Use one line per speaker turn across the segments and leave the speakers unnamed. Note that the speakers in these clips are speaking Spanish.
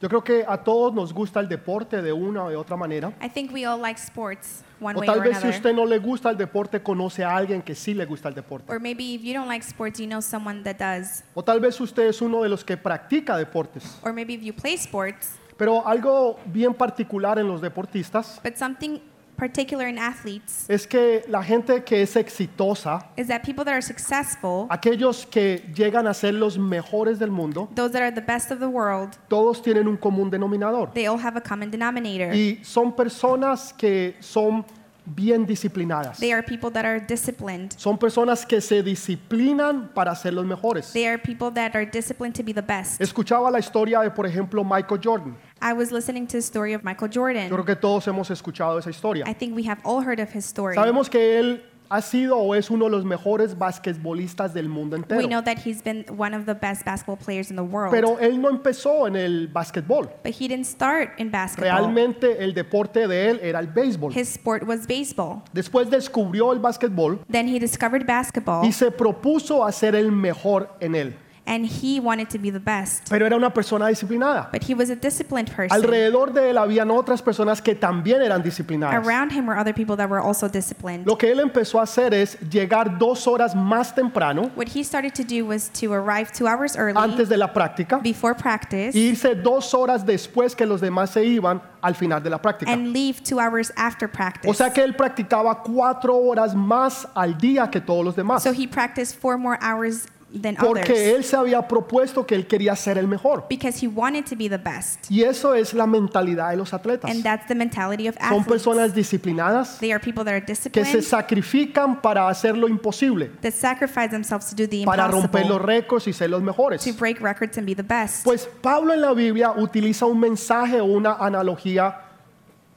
Yo creo que a todos nos gusta el deporte de una o de otra manera.
I think we all like sports one
O
way
tal
or
vez si
another.
usted no le gusta el deporte, conoce a alguien que sí le gusta el deporte.
Or maybe if you don't like sports, you know someone that does.
O tal vez usted es uno de los que practica deportes.
Or maybe if you play sports,
Pero algo bien particular en los deportistas
but something particular in athletes
es que la gente que es exitosa,
is that people that are successful,
aquellos que llegan a ser los mejores del mundo,
those that are the best of the world,
todos tienen un común denominador.
they all have a common denominator.
Y son personas que son bien disciplinadas.
They are people that are disciplined.
Son personas que se disciplinan para ser los mejores.
They are people that are disciplined to be the best.
Escuchaba la historia de, por ejemplo, Michael Jordan.
I was listening to the story of Michael
Yo creo
Jordan.
que todos hemos escuchado esa historia.
I think we have all heard of his story.
Sabemos que él ha sido o es uno de los mejores basquetbolistas del mundo
We
entero.
know that he's been one of the best basketball players in the world.
Pero él no empezó en el basquetbol.
But he didn't start in basketball.
Realmente el deporte de él era el béisbol.
His sport was baseball.
Después descubrió el basquetbol
Then he discovered
y
basketball
se propuso a ser el mejor en él.
and he wanted to be the best.
Pero era una persona disciplinada.
But he was a disciplined person.
Alrededor de él habían otras personas que también eran disciplinadas.
Around him were other people that were also disciplined.
Lo que él empezó a hacer es llegar dos horas más temprano,
What he started to do was to arrive two hours early
antes de la práctica,
before practice
e irse dos horas después que los demás se iban al final de la práctica.
and leave two hours after
O
practice.
sea que él practicaba cuatro horas más al día que todos los demás,
So he practiced four more hours than
porque
others
él se había propuesto que él quería ser el mejor.
because he wanted to be the best.
Y eso es la mentalidad de los atletas.
And that's the mentality of
Son personas
athletes.
disciplinadas
They are people that are
que se
disciplined,
sacrifican para hacer lo imposible,
that sacrifice themselves to do the
para romper los
impossible, pues.
récords y ser los mejores.
to break records and be the best.
Pues Pablo en la Biblia utiliza un mensaje o una analogía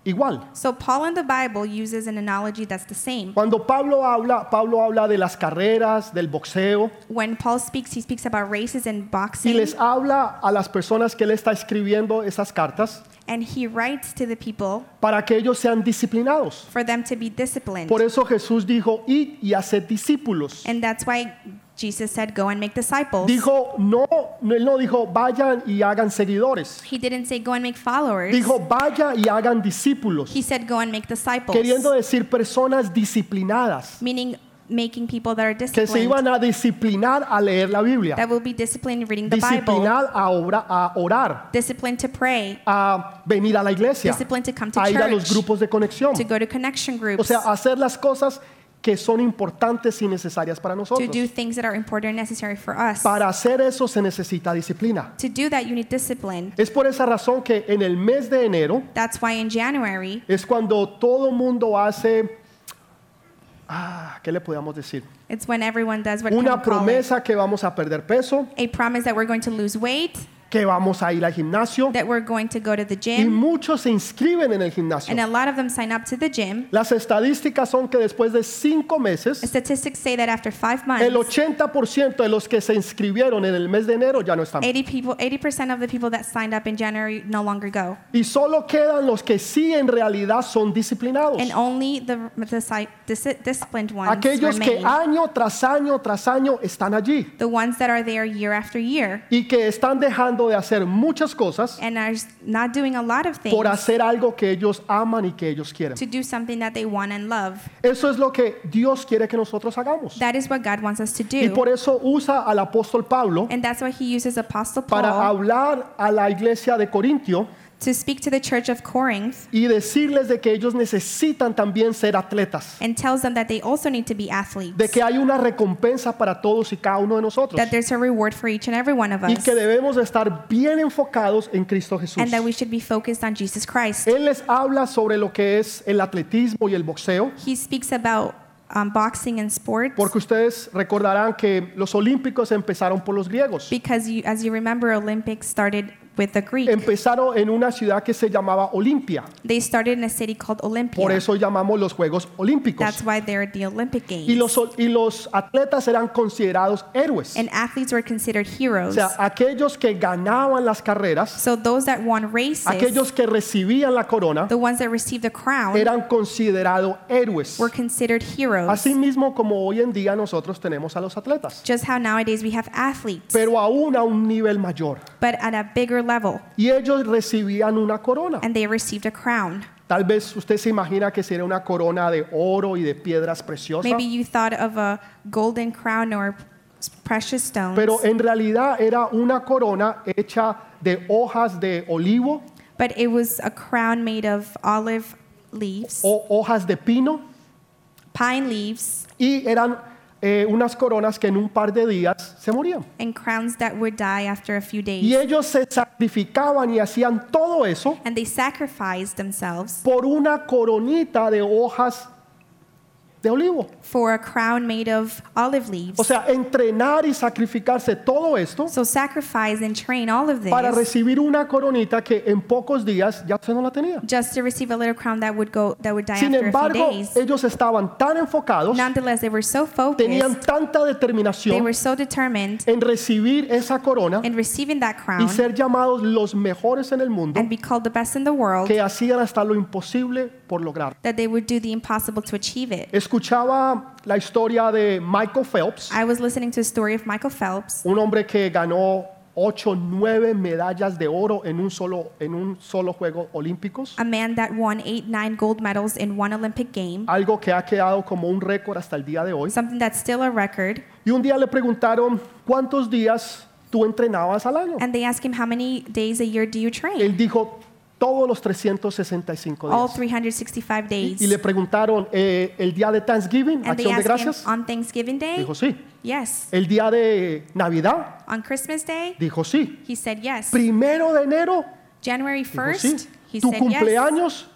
igual.
So Paul in the Bible uses an analogy that's the same.
Cuando Pablo habla, Pablo habla de las carreras, del boxeo
When Paul speaks, he speaks about races and
y
boxing,
les habla a las personas que él está escribiendo esas cartas
and he writes to the people
para que ellos sean disciplinados.
for them to be disciplined.
Por eso Jesús dijo, id y haced discípulos.
And that's why Jesus said, Go and make disciples.
Dijo, no, no, él no dijo, vayan y hagan seguidores.
He didn't say, Go and make followers.
Dijo, vaya y hagan discípulos.
He said, Go and make disciples.
Queriendo decir personas disciplinadas,
meaning making people that are
que se
disciplined,
iban a disciplinar a leer la Biblia.
that will be disciplined in reading the Bible,
disciplinar a, obra- a orar,
disciplined to pray,
a venir a la iglesia,
disciplined to come to
a ir a los
church,
grupos de conexión.
to go to connection
O
groups,
sea, hacer las cosas que son importantes y necesarias para
to do
nosotros.
things that are important and necessary for us.
Para hacer eso se necesita disciplina.
To do that, you need discipline.
Es por esa razón que en el mes de enero
That's why in January,
es cuando todo mundo hace, ah, ¿qué le podíamos decir?
it's when everyone does what
Una
people call it.
promesa que vamos a perder peso,
a promise that we're going to lose weight,
que vamos a ir al gimnasio
that we're going to go to the
y
gym,
muchos se inscriben en el gimnasio.
and a lot of them sign up to the gym.
Las estadísticas son que después de cinco meses,
Statistics say that after five
El
months,
80% de los que se inscribieron en el mes de enero ya no están.
80 people, 80% of the people that signed up in January no longer go.
Y solo quedan los que sí en realidad son disciplinados.
and only the, the, disi- disciplined ones
Aquellos que
remain.
año tras año tras año están allí
the ones that are there year after year
y que están dejando de hacer muchas cosas
and are s- not doing a lot of things
por hacer algo que ellos aman y que ellos quieren.
to do something that they want and love.
Eso es lo que Dios quiere que nosotros hagamos.
That is what God wants us to
Y
do.
por eso usa al apóstol Pablo
and that's why he uses Apostle Paul
para hablar a la iglesia de Corintio
to speak to the church of Corinth
y decirles de que ellos necesitan también ser atletas.
and tells them that they also need to be athletes.
de que hay una recompensa para todos y cada uno de nosotros
that there's a reward for each and every one of
y
us.
que debemos estar bien enfocados en Cristo Jesús.
and that we should be focused on Jesus Christ.
Él les habla sobre lo que es el atletismo y el boxeo,
he speaks about um, boxing and sports.
porque ustedes recordarán que los olímpicos empezaron por los griegos.
Because you, as you remember, Olympics started with the Greek.
Empezaron en una ciudad que se llamaba Olimpia,
They started in a city called Olympia.
por eso llamamos los Juegos
That's
Olímpicos.
why they're the Olympic Games.
Y los, ol- y los atletas eran considerados héroes,
and athletes were considered
o
heroes.
sea, aquellos que ganaban las carreras,
so those that won races,
aquellos que recibían la corona,
the ones that received the crown,
eran considerados héroes.
were considered heroes.
Asimismo, como hoy en día nosotros tenemos a los atletas,
Just how nowadays we have athletes,
pero aún a un nivel mayor.
but at a bigger level,
y ellos recibían una corona.
and they received a crown.
Tal vez usted se imagina que sería una corona de oro y de piedras preciosas,
Maybe you thought of a golden crown or precious stones,
pero e en realidad era una corona hecha de hojas de olivo
but it was a crown made of olive leaves,
o hojas de pino
pine leaves,
y eran eh, unas coronas que en un par de días se morían.
and crowns that would die after a few
Y
days.
ellos se sacrificaban y hacían todo eso
And they sacrificed themselves
por una coronita de hojas de olivo.
for a crown made of olive leaves.
O sea, entrenar y sacrificarse todo esto
so sacrifice and train all of this
para recibir una coronita que en pocos días ya usted no la tenía.
just to receive a little crown that would go that would die
Sin
after a few
embargo,
days.
ellos estaban tan enfocados,
Nonetheless, they were so
tenían
focused,
tanta
they
determinación
were so determined
en recibir esa corona
in receiving that
y
crown
ser llamados los mejores en el mundo
and be called the best in the world
que hacían hasta lo imposible por lograr.
that they would do the impossible to achieve it.
Escuchaba la historia de Michael Phelps,
I was listening to a story of Michael Phelps,
un hombre que ganó 8, 9 medallas de oro en un solo, en un solo juego olímpicos,
a man that won eight, nine gold medals in one Olympic game,
algo que ha quedado como un récord hasta el día de hoy.
something that's still a record.
Y un día le preguntaron, ¿cuántos días tú entrenabas al año?
And they asked him, How many days a year do you train?
Él dijo, todos los 365
All
días.
365 days.
Y le preguntaron, "Eh, ¿el día de Thanksgiving,
And they
acción de
asked him
gracias?
on Thanksgiving Day?
Dijo, sí.
Yes.
¿El día de Navidad?
On Christmas Day?
Dijo, sí.
He said yes.
¿Primero de enero?
January
Dijo,
1st?
sí.
He
¿Tu
said yes.
cumpleaños?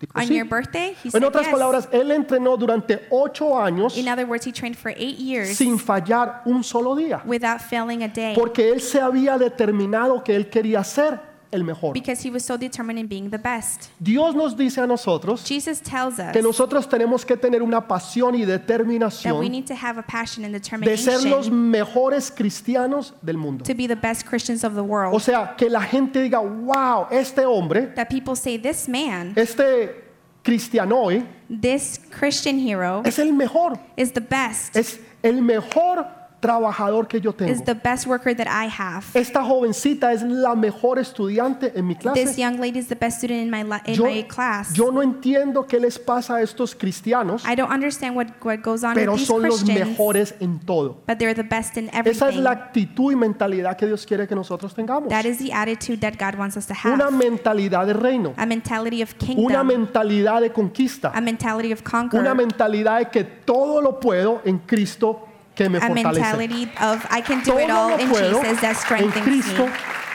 Dijo,
On
sí.
your birthday? He said
En otras
yes.
palabras, él entrenó durante ocho años
In other words, he trained for eight years
sin fallar un solo día,
without failing a day
porque él se había determinado que él quería ser el mejor.
because he was so determined in being the best.
Dios nos dice a nosotros
Jesus tells us
que nosotros tenemos que tener una pasión y
that we
determinación
need to have a passion and
de ser los
determination
mejores cristianos del mundo.
to be the best Christians of the
O
world.
sea, que la gente diga, wow, este hombre,
That people say, this man,
este cristiano hoy,
this Christian hero,
es el mejor,
is the best,
es el mejor trabajador que yo
is
tengo.
the best worker that I have.
Esta jovencita es la mejor estudiante en mi
This
clase.
young lady is the best student in my, la- in
Yo,
my class.
yo no entiendo qué les pasa a estos cristianos,
I don't understand what, what goes on
pero
with these
son los
Christians,
mejores en todo.
but they're the best in
Esa es
everything.
la actitud y mentalidad que Dios quiere que nosotros tengamos.
That is the attitude that God wants us to have.
Una mentalidad de reino,
a mentality of
una
kingdom,
mentalidad de conquista,
a mentality of conquer,
una mentalidad de que todo lo puedo en Cristo que me
a
fortalece.
mentality of I can do
Todo
it all
lo
in
puedo
Jesus that
en
strengthens
Cristo
me.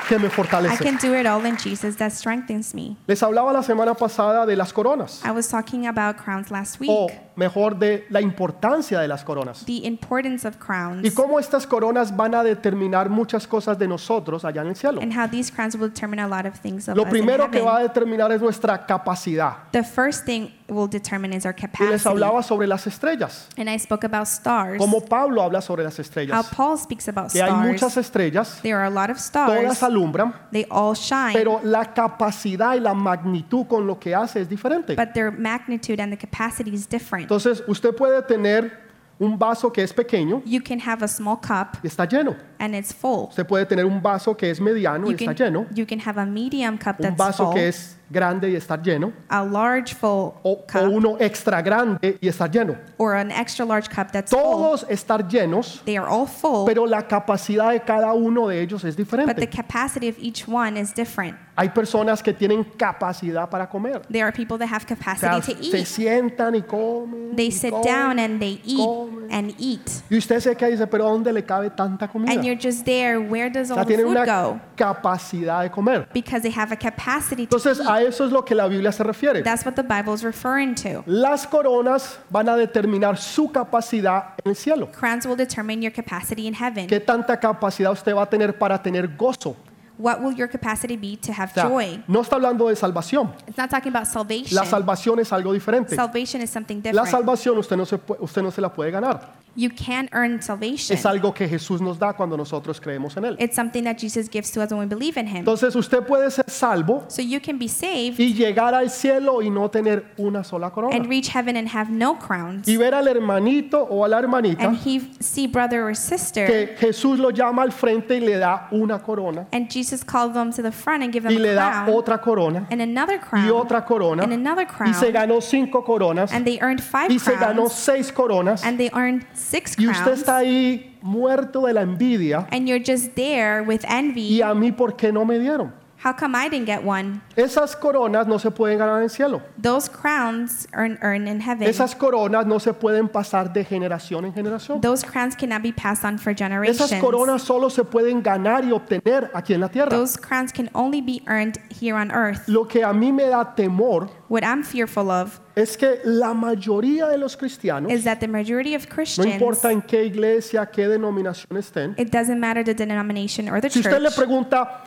que me
I
fortalece.
can do it all in Jesus that strengthens me.
Les hablaba la semana pasada de las coronas,
I was talking about crowns last week,
o mejor de la importancia de las coronas.
the importance of crowns,
Y cómo estas coronas van a determinar muchas cosas de nosotros allá en el cielo.
and how these crowns will determine a lot of things of
Lo
us in
primero que
heaven.
va a determinar es nuestra capacidad.
the first thing will determine is our
Y les
capacity.
hablaba sobre las estrellas,
And I spoke about stars,
como Pablo habla sobre las
how
estrellas.
Paul speaks about
Que hay
stars.
muchas estrellas,
there are a lot of stars.
todas alumbran,
They all shine,
pero la capacidad y la magnitud con lo que hace es diferente.
but their magnitude and the capacity is different.
Entonces, usted puede tener un vaso que es pequeño
You can have a small cup
y está lleno.
and it's full.
Usted puede tener un vaso que es mediano y
You
está
can,
lleno.
you can have a medium cup
Un
that's
vaso
full,
que es grande y está lleno.
a large full
O, o
cup,
uno extra grande y está lleno.
or an extra large cup that's full.
Todos estar llenos,
They are all full,
pero la capacidad de cada uno de ellos es
but the
diferente.
capacity of each one is different.
Hay personas que tienen capacidad para comer.
There are people that have
O sea,
capacity to
se
eat.
sientan y comen.
They
y
sit
comen.
down and they eat
comen.
and eat.
Y usted se queda y dice, pero ¿a dónde le cabe tanta comida?
And you're just there. Where does
O sea,
all the
tienen
food
una
go?
capacidad de comer.
Because they have a capacity to
Entonces a
eat.
eso es lo que la Biblia se refiere.
That's what the Bible's referring to.
Las coronas van a determinar su capacidad en el cielo.
Crowns will determine your capacity in heaven.
¿Qué tanta capacidad usted va a tener para tener gozo? O
What will your capacity be to have
sea,
joy?
no está hablando de salvación.
It's not talking about salvation.
La salvación es algo diferente.
Salvation is something
La
different.
salvación usted no, se pue- usted no se la puede ganar.
You can earn salvation.
Es algo que Jesús nos da cuando nosotros creemos en Él.
It's something that Jesus gives to us when we believe in Him.
Entonces usted puede ser salvo
So you can be saved
y llegar al cielo y no tener una sola
and
corona.
reach heaven and have no crowns.
Y ver al hermanito o a la hermanita
And he see brother or sister,
que Jesús lo llama al frente y le da una corona
and Jesus called them to the front and give them
y le
a
da
crown,
otra corona
and another
y
crown,
otra corona
and another
y se
crown,
ganó cinco coronas
and they earned five
y se ganó
crowns,
seis coronas
and they earned six
y usted
crowns,
está ahí muerto de la envidia
and you're just there with
y
envy.
a mí por qué no me dieron.
How come I didn't get one?
Esas coronas no se pueden ganar en el cielo.
Those crowns earn earned in heaven.
Esas coronas no se pueden pasar de generación en generación.
Those crowns cannot be passed on for generations.
Esas coronas solo se pueden ganar y obtener aquí en la tierra.
Those crowns can only be earned here on earth.
Lo que a mí me da temor
What I'm fearful of
es que la mayoría de los cristianos,
is that the majority of
no
Christians,
importa en qué iglesia, qué denominación estén,
it doesn't matter the denomination or the
si usted le
church.
pregunta,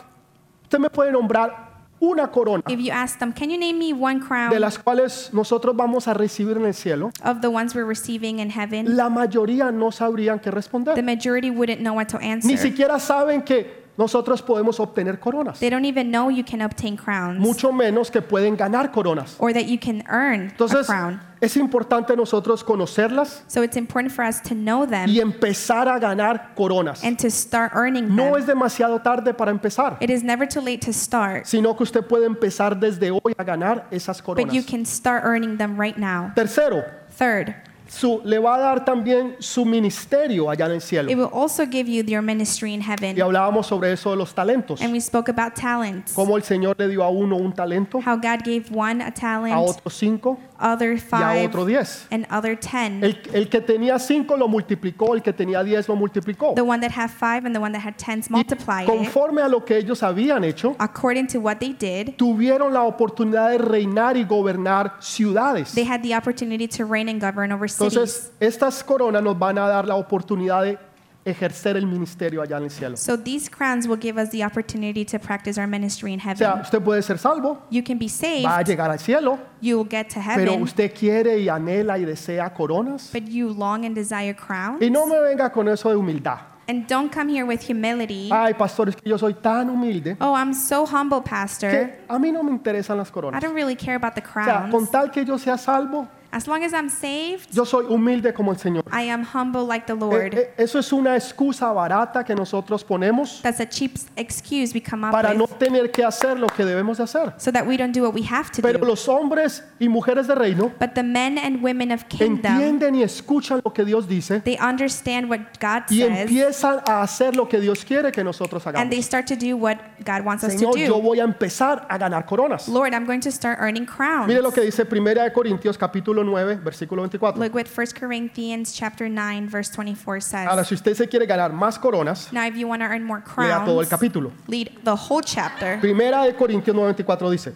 usted me puede nombrar una corona
If you ask them, can you name me one crown
de las cuales nosotros vamos a recibir en el cielo,
of the ones we're receiving in heaven?
la mayoría no sabrían qué
The
responder.
majority wouldn't know what to answer.
Ni siquiera saben que nosotros podemos obtener coronas,
They don't even know you can obtain crowns
mucho menos que pueden ganar coronas.
or that you can earn a
Entonces,
crown.
es importante nosotros conocerlas
So it's important for us to know them
y empezar a ganar coronas.
and to start earning
No
them.
es demasiado tarde para empezar,
It is never too late to start,
sino que usted puede empezar desde hoy a ganar esas
but you
coronas.
can start earning them right now.
Tercero,
Third,
su- le va a dar también su ministerio allá en el
it
cielo.
will also give you your ministry in
Y
heaven.
hablábamos sobre eso de los talentos,
And we spoke about talents,
cómo el Señor le dio a uno un talento,
how God gave one a
a
talent,
otro cinco
other
y a
five,
otro diez.
and other ten.
El, el que tenía cinco lo multiplicó, el que tenía diez lo multiplicó.
the one that had five and the one that had ten multiplied it
Conforme a lo que ellos habían hecho,
according to what they did.
tuvieron la oportunidad de reinar y gobernar ciudades.
They had the opportunity to reign and govern over cities.
Entonces, estas coronas nos van a dar la oportunidad de ejercer el ministerio allá en el cielo.
so these crowns will give us the opportunity to practice our ministry in
O
heaven.
sea, usted puede ser salvo,
you can be saved,
va a llegar al cielo,
you will get to
pero
heaven,
usted quiere y anhela y desea coronas.
but you long and desire crowns.
Y no me venga con eso de humildad.
and don't come here with humility.
Ay, pastor, es que yo soy tan humilde
oh, I'm so humble, pastor.
que a mí no me interesan las
I
coronas.
don't really care about the
O sea,
crowns.
con tal que yo sea salvo,
as long as I'm saved,
yo soy humilde como el Señor.
I am humble like the Lord.
Eh, eh, Eso es una excusa barata que nosotros ponemos
That's a cheap excuse we come up
para
with
no tener que hacer lo que debemos de hacer.
so that we don't do what we have to
Pero
do.
los hombres y mujeres de reino
But the men and women of kingdom,
entienden y escuchan lo que Dios dice
they understand what God
y
says
empiezan a hacer lo que Dios quiere que nosotros
and they
hagamos.
start to do what God wants us to
Señor, yo
do.
voy a empezar a ganar coronas.
Lord, I'm going to start earning crowns.
Mire lo que dice 1 Corintios capítulo 9, versículo 24.
Look what 1 Corinthians chapter 9 verse 24
Ahora,
says.
si usted se quiere ganar más coronas,
Now if you want to earn more
lea todo el
crowns,
capítulo.
lead the whole chapter.
Primera de Corintios 9:24 dice,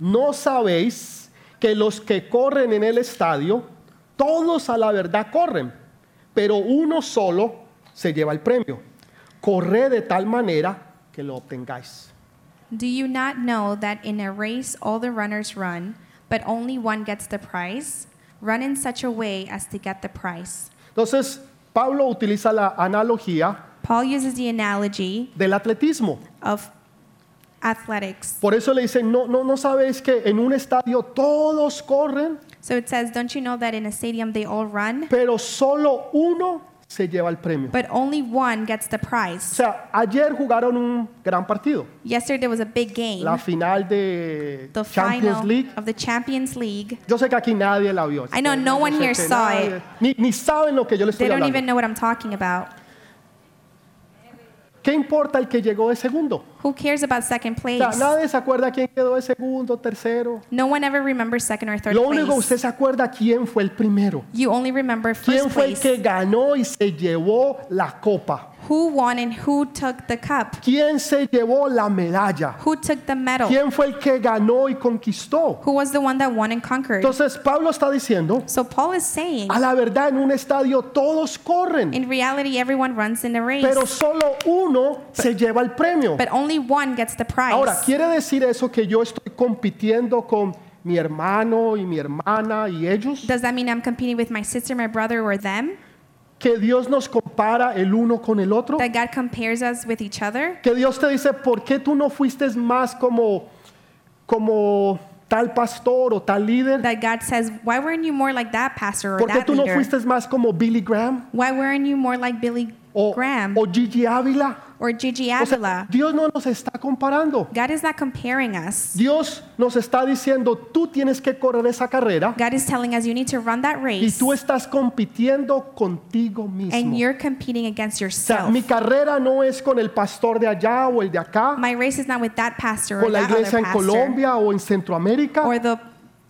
¿no sabéis que los que corren en el estadio, todos a la verdad corren, pero uno solo se lleva el premio? Corre de tal manera que lo obtengáis.
Do you not know that in a race all the runners run, but only one gets the prize? Run in such a way as to get the prize.
Entonces, Pablo utiliza la analogía
Paul uses the analogy
del atletismo.
of athletics.
Por eso le dice, no, no, no sabéis que en un estadio todos corren,
So it says, Don't you know that in a stadium they all run,
pero solo uno se lleva el premio.
but only one gets the
O
prize?
sea, ayer jugaron un gran partido.
Yesterday was a big game,
la final de
the
Champions
final
League.
of the Champions League.
Yo sé que aquí nadie la vio.
I know no
Yo
one
sé
here
que
saw
nadie-
it.
Ni, ni saben lo que yo les
They
estoy
don't
hablando.
even know what I'm talking about.
¿Qué importa el que llegó de segundo?
Who cares about second
O
place?
sea, nadie se acuerda quién quedó de segundo, tercero.
No one ever remembers second or third
Lo único que
place.
usted se acuerda quién fue el primero.
You only remember
¿Quién
first
fue el
place.
que ganó y se llevó la copa?
Who won and who took the cup?
¿Quién se llevó la medalla?
Who took the medal?
¿Quién fue el que ganó y conquistó?
Who was the one that won and conquered?
Entonces Pablo está diciendo,
So Paul is saying,
a la verdad en un estadio todos corren.
in reality, everyone runs in a race,
pero solo uno se lleva el premio.
but only one gets the prize.
Ahora, ¿quiere decir eso que yo estoy compitiendo con mi hermano y mi hermana y ellos?
Does that mean I'm competing with my sister, my brother, or them?
que Dios nos compara el uno con el otro?
that God compares us with each other?
Que Dios te dice, ¿por qué tú no fuiste más como, como tal pastor o tal líder?
That God says, Why weren't you more like that pastor or
¿Por qué
that
tú no
leader?
fuiste más como Billy Graham
Why weren't you more like Billy
o,
Graham
o Gigi Ávila?
or Gigi
O sea,
Avila?
Dios no nos está comparando.
God is not comparing us.
Dios nos está diciendo, tú tienes que correr esa carrera
God is telling us you need to run that
y
race
tú estás compitiendo contigo mismo.
and
O
you're competing against
sea,
yourself.
mi carrera no es con el pastor de allá o el de acá,
My race is not with that pastor or
con la
that other
iglesia en
pastor
Colombia o en Centroamérica.
or the,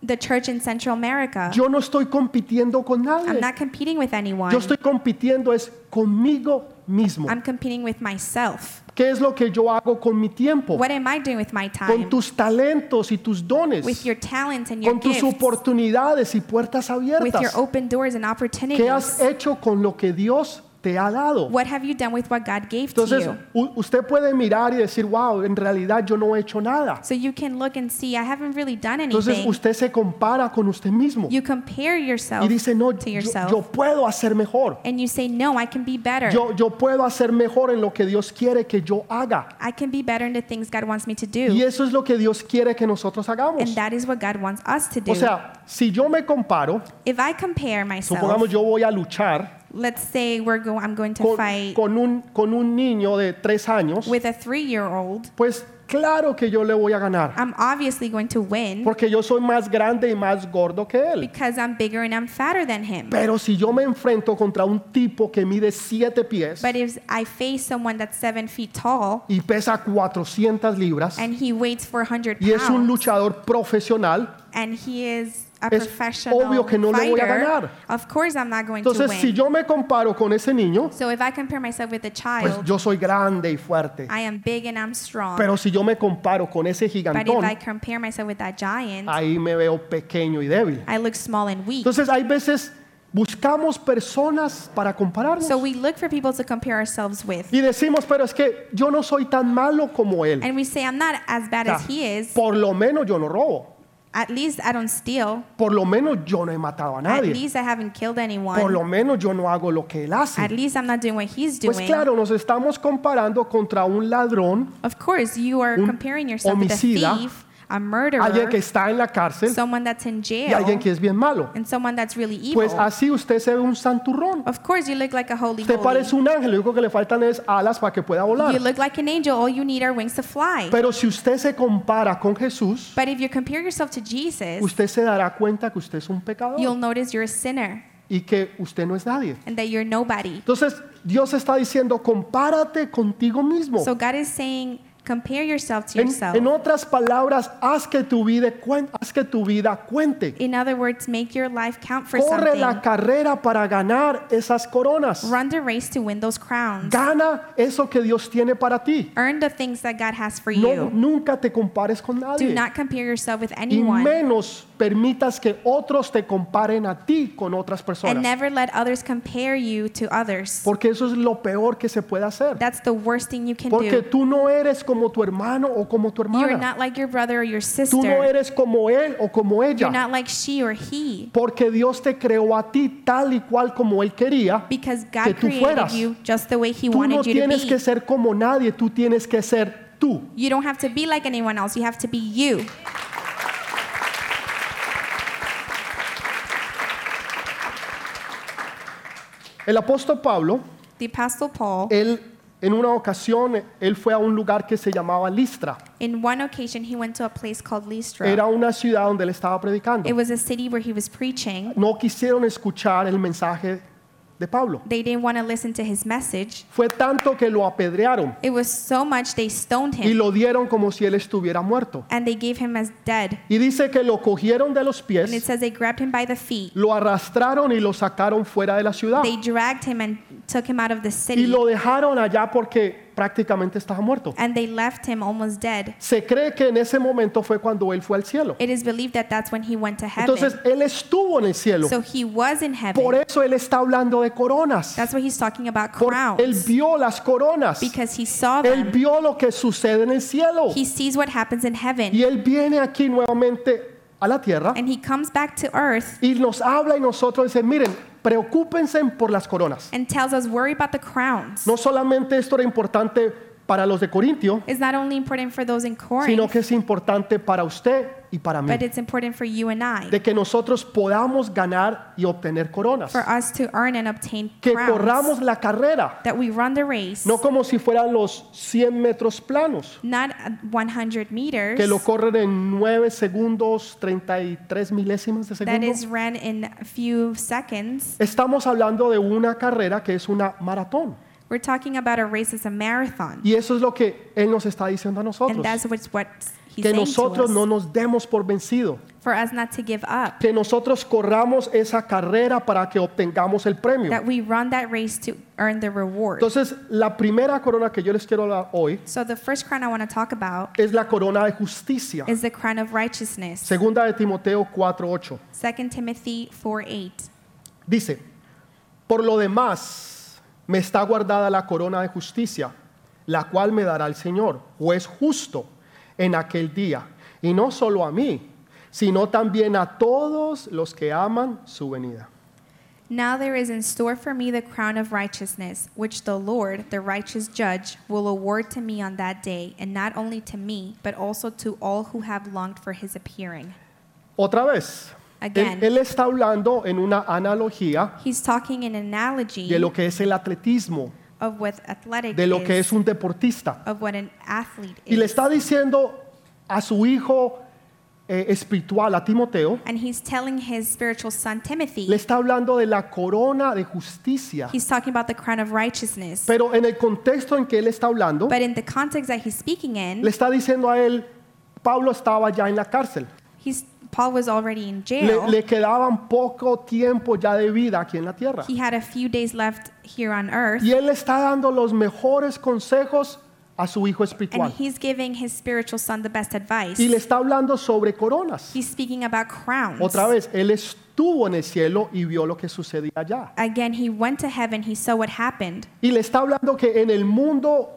the church in Central America.
Yo no estoy compitiendo con
I'm
nadie.
not competing with anyone.
Yo estoy compitiendo es conmigo mismo.
I'm competing with myself.
¿Qué es lo que yo hago con mi tiempo?
What am I doing with my
Con
time?
tus talentos y tus dones.
With your talents and your
Con tus
gifts.
oportunidades y puertas
With your
abiertas.
open doors and
¿Qué has
opportunities.
hecho con lo que Dios te ha dado?
What have you done with what God gave to
Entonces,
you?
u- usted puede mirar y decir, wow, en realidad yo no he hecho nada.
So you can look and see, I haven't really done
Entonces
anything.
usted se compara con usted mismo
You compare
y
yourself
dice, no,
to
yo,
yourself.
yo puedo hacer mejor.
and you say, No, I can be better.
Yo, yo puedo hacer mejor en lo que Dios quiere que yo haga.
I can be better in the things God wants me to
Y
do.
eso es lo que Dios quiere que nosotros
And
hagamos.
that is what God wants us to do.
O sea, si yo me comparo,
if I compare myself,
supongamos yo voy a luchar
let's say we're go- I'm going to
con,
fight
con un, con un niño de tres años,
with a three year old,
pues claro que yo le voy a ganar,
I'm obviously going to win
porque yo soy más grande y más gordo que él.
because I'm bigger and I'm fatter than him.
Pero si yo me enfrento contra un tipo que mide siete pies
But if I face someone that's seven feet tall
y pesa 400 libras
and he weighs 400
y es un
pounds
luchador profesional,
and he is a
Es
professional
obvio que no le voy a ganar.
fighter, of course I'm not going to
entonces
win.
si yo me comparo con ese niño,
so if I compare myself with a
pues
child,
yo soy grande y fuerte.
I am big and I'm strong.
Pero si yo me comparo con ese
but if
gigantón,
I compare myself with that giant,
ahí me veo pequeño y débil.
I look small and weak.
Ah. Entonces hay veces buscamos personas para compararnos
so we look for people to compare ourselves with.
y decimos, pero es que yo no soy tan malo como él.
And we say, I'm not as
O
bad
sea,
as he is.
por lo menos yo no robo,
At least I don't steal.
por lo menos yo no he matado a
At
nadie,
least I haven't killed
por
anyone.
lo menos yo no hago lo que él
At
hace.
least I'm not doing what he's doing.
Pues claro, nos estamos comparando contra un ladrón,
Of course, you are
Un
comparing yourself with a
homicida,
thief, a murderer,
alguien que está en la cárcel
someone that's in
y
jail,
alguien que es bien malo.
and someone that's really evil.
Pues así usted se ve un santurrón.
of course, you look like a holy
Usted
holy.
parece un ángel, lo único que le faltan es alas para que pueda volar.
You look like an angel. All you need are wings to fly.
Pero si usted se compara con Jesús,
but if you compare yourself to Jesus,
usted se dará cuenta que usted es un
you'll
pecador
notice you're a sinner
y que usted no es nadie.
and that you're nobody.
Entonces, Dios está diciendo, compárate contigo mismo.
So God is saying, compare yourself to
En,
yourself.
en otras palabras, haz que tu vida, cuen- haz que tu vida cuente.
in other words, make your life count for
Corre
something.
la carrera para ganar esas coronas.
Run the race to win those crowns.
Gana eso que Dios tiene para ti.
Earn the things that God has for
No,
you.
nunca te compares con
Do
nadie.
not compare yourself with
Y
anyone.
menos permitas que otros te comparen a ti con otras
And
personas.
never let others compare you to others.
Porque eso es lo peor que se puede hacer.
That's the worst thing you can
Porque
do.
tú no eres como tu hermano o como tu
You're
hermana.
not like your brother or your
Tú no
sister.
eres como él o como
You're
ella.
not like she or he.
Porque Dios te creó a ti tal y cual como él quería.
Because
Que
God
tú
created
fueras.
you just the way He
Tú no
wanted you to
tienes que
be.
ser como nadie, tú tienes que ser tú.
You don't have to be like anyone else. You have to be you.
El apóstol Pablo,
The Apostle Paul,
él en una ocasión, él fue a un lugar que se llamaba Listra.
in one occasion, he went to a place called Lystra.
Era una ciudad donde él estaba
It
predicando.
was a city where he was preaching.
No quisieron escuchar el mensaje de Pablo.
They didn't want to listen to his message.
Fue tanto que lo apedrearon
It was so much they stoned
y
him
lo dieron como si él estuviera muerto.
and they gave him as dead.
Y dice que lo cogieron de los
And it
pies,
says they grabbed him by the feet.
lo arrastraron y lo sacaron fuera de la ciudad.
They dragged him and took him out of
Oh.
the
Y
city,
lo dejaron allá porque prácticamente estaba muerto.
and they left him almost dead.
Se cree que en ese momento fue cuando él fue al cielo.
It is believed that that's when he went to
Entonces
heaven.
él estuvo en el cielo.
So he was in
Por
heaven.
eso él está hablando de coronas.
That's what he's talking about
Por- él
crowns,
vio las coronas.
because he saw
Él
them.
vio lo que sucede en el cielo.
He sees what happens in
Y
heaven,
él viene aquí nuevamente a la tierra
and he comes back to earth
y nos habla y nosotros dice, miren, preocúpense por las coronas.
and tells us worry about the crowns.
No solamente esto era importante para los de Corintio,
It's not only important for those in
sino
Corinth,
que es importante para usted y para mí.
but it's important for you and I,
De que nosotros podamos ganar y obtener coronas.
for us to earn and obtain
Que
crowns,
corramos la carrera,
that we run the race,
no como si fueran los 100 metros planos,
not at 100 meters,
que lo corren en 9 segundos 33 milésimas de
that
segundo.
is ran in a few seconds.
Estamos hablando de una carrera que es una maratón.
We're talking about a race as a marathon,
Y eso es lo que Él nos está diciendo a
and
nosotros.
that's what's, what he's
Que
saying to
nosotros
us,
no nos demos por vencido.
for us not to give up,
Que nosotros corramos esa carrera para que obtengamos el premio.
that we run that race to earn the reward.
Entonces, la primera corona que yo les quiero hablar hoy
So the first crown I want to talk about
es la corona de justicia.
is the crown of righteousness.
Segunda de Timoteo 4:8.
2 Timothy 4 8.
Dice, por lo demás me está guardada la corona de justicia, la cual me dará el Señor, juez justo, en aquel día. Y no solo a mí, sino también a todos los que aman su venida.
Now there is in store for me the crown of righteousness, which the Lord, the righteous judge, will award to me on that day, and not only to me, but also to all who have longed for his appearing.
Otra vez, él,
Again.
él está hablando en una analogía
He's talking in analogy
de lo que es el atletismo,
of what athletic
de lo
is,
que es un deportista.
of what an athlete
Y le
is.
está diciendo a su hijo eh, espiritual, a Timoteo,
And he's telling his spiritual son Timothy,
le está hablando de la corona de justicia.
he's talking about the crown of righteousness.
Pero en el contexto en que él está hablando,
but in the context that he's speaking in,
le está diciendo a él, Pablo estaba ya en la cárcel.
he's, Paul was already in jail.
Le, le quedaban poco tiempo ya de vida aquí en la tierra.
he had a few days left here on earth.
Y él le está dando los mejores consejos a su hijo
And
espiritual.
he's giving his spiritual son the best advice.
Y le está hablando sobre coronas.
He's speaking about crowns.
Otra vez, él estuvo en el cielo y vio lo que sucedía allá.
Again, he went to heaven, he saw what happened.
Y le está hablando que en el mundo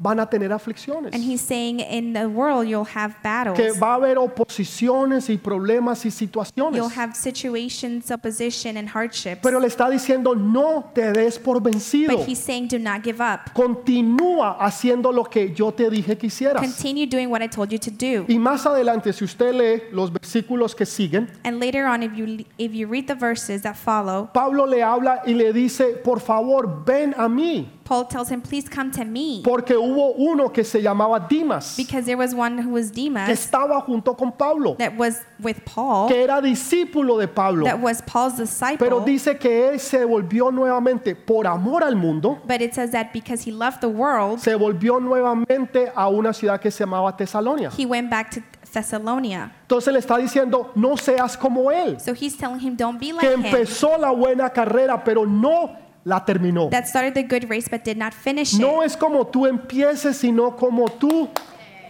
van a tener aflicciones.
And he's saying, In the world, you'll have battles.
Que va a haber oposiciones y problemas y situaciones.
You'll have situations, opposition, and hardships.
Pero le está diciendo, no te des por vencido.
but he's saying, Do not give up.
Continúa haciendo lo que yo te dije que hicieras.
Continue doing what I told you to do.
Y más adelante, si usted lee los versículos que siguen,
and later on, if you, if you read the verses that follow,
Pablo le habla y le dice, por favor, ven a mí.
Paul tells him, Please come to me.
Porque hubo uno que se llamaba Dimas, que
because there was one who was Demas
estaba junto con Pablo,
that was with Paul,
que era discípulo de Pablo.
that was Paul's disciple.
Pero dice que él se volvió nuevamente, por amor al mundo,
But it says that because he loved the world,
se volvió nuevamente a una ciudad que se llamaba Tesalonia.
he went back to Thessalonia.
Entonces le está diciendo, no seas como él,
So he's telling him, don't be
que
like him.
empezó la buena carrera, pero no la terminó.
That started the good race but did not finish
No
it.
es como tú empieces, sino como tú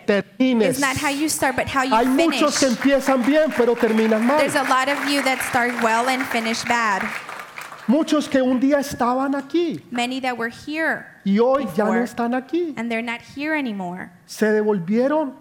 termines.
It's not how you start, but how
Hay
you
muchos que
finish.
empiezan bien, pero terminan mal.
There's a lot of you that start well and finish bad.
Muchos que un día estaban aquí
Many that were here
y hoy ya no
Before.
están aquí.
and they're not here anymore.
Se devolvieron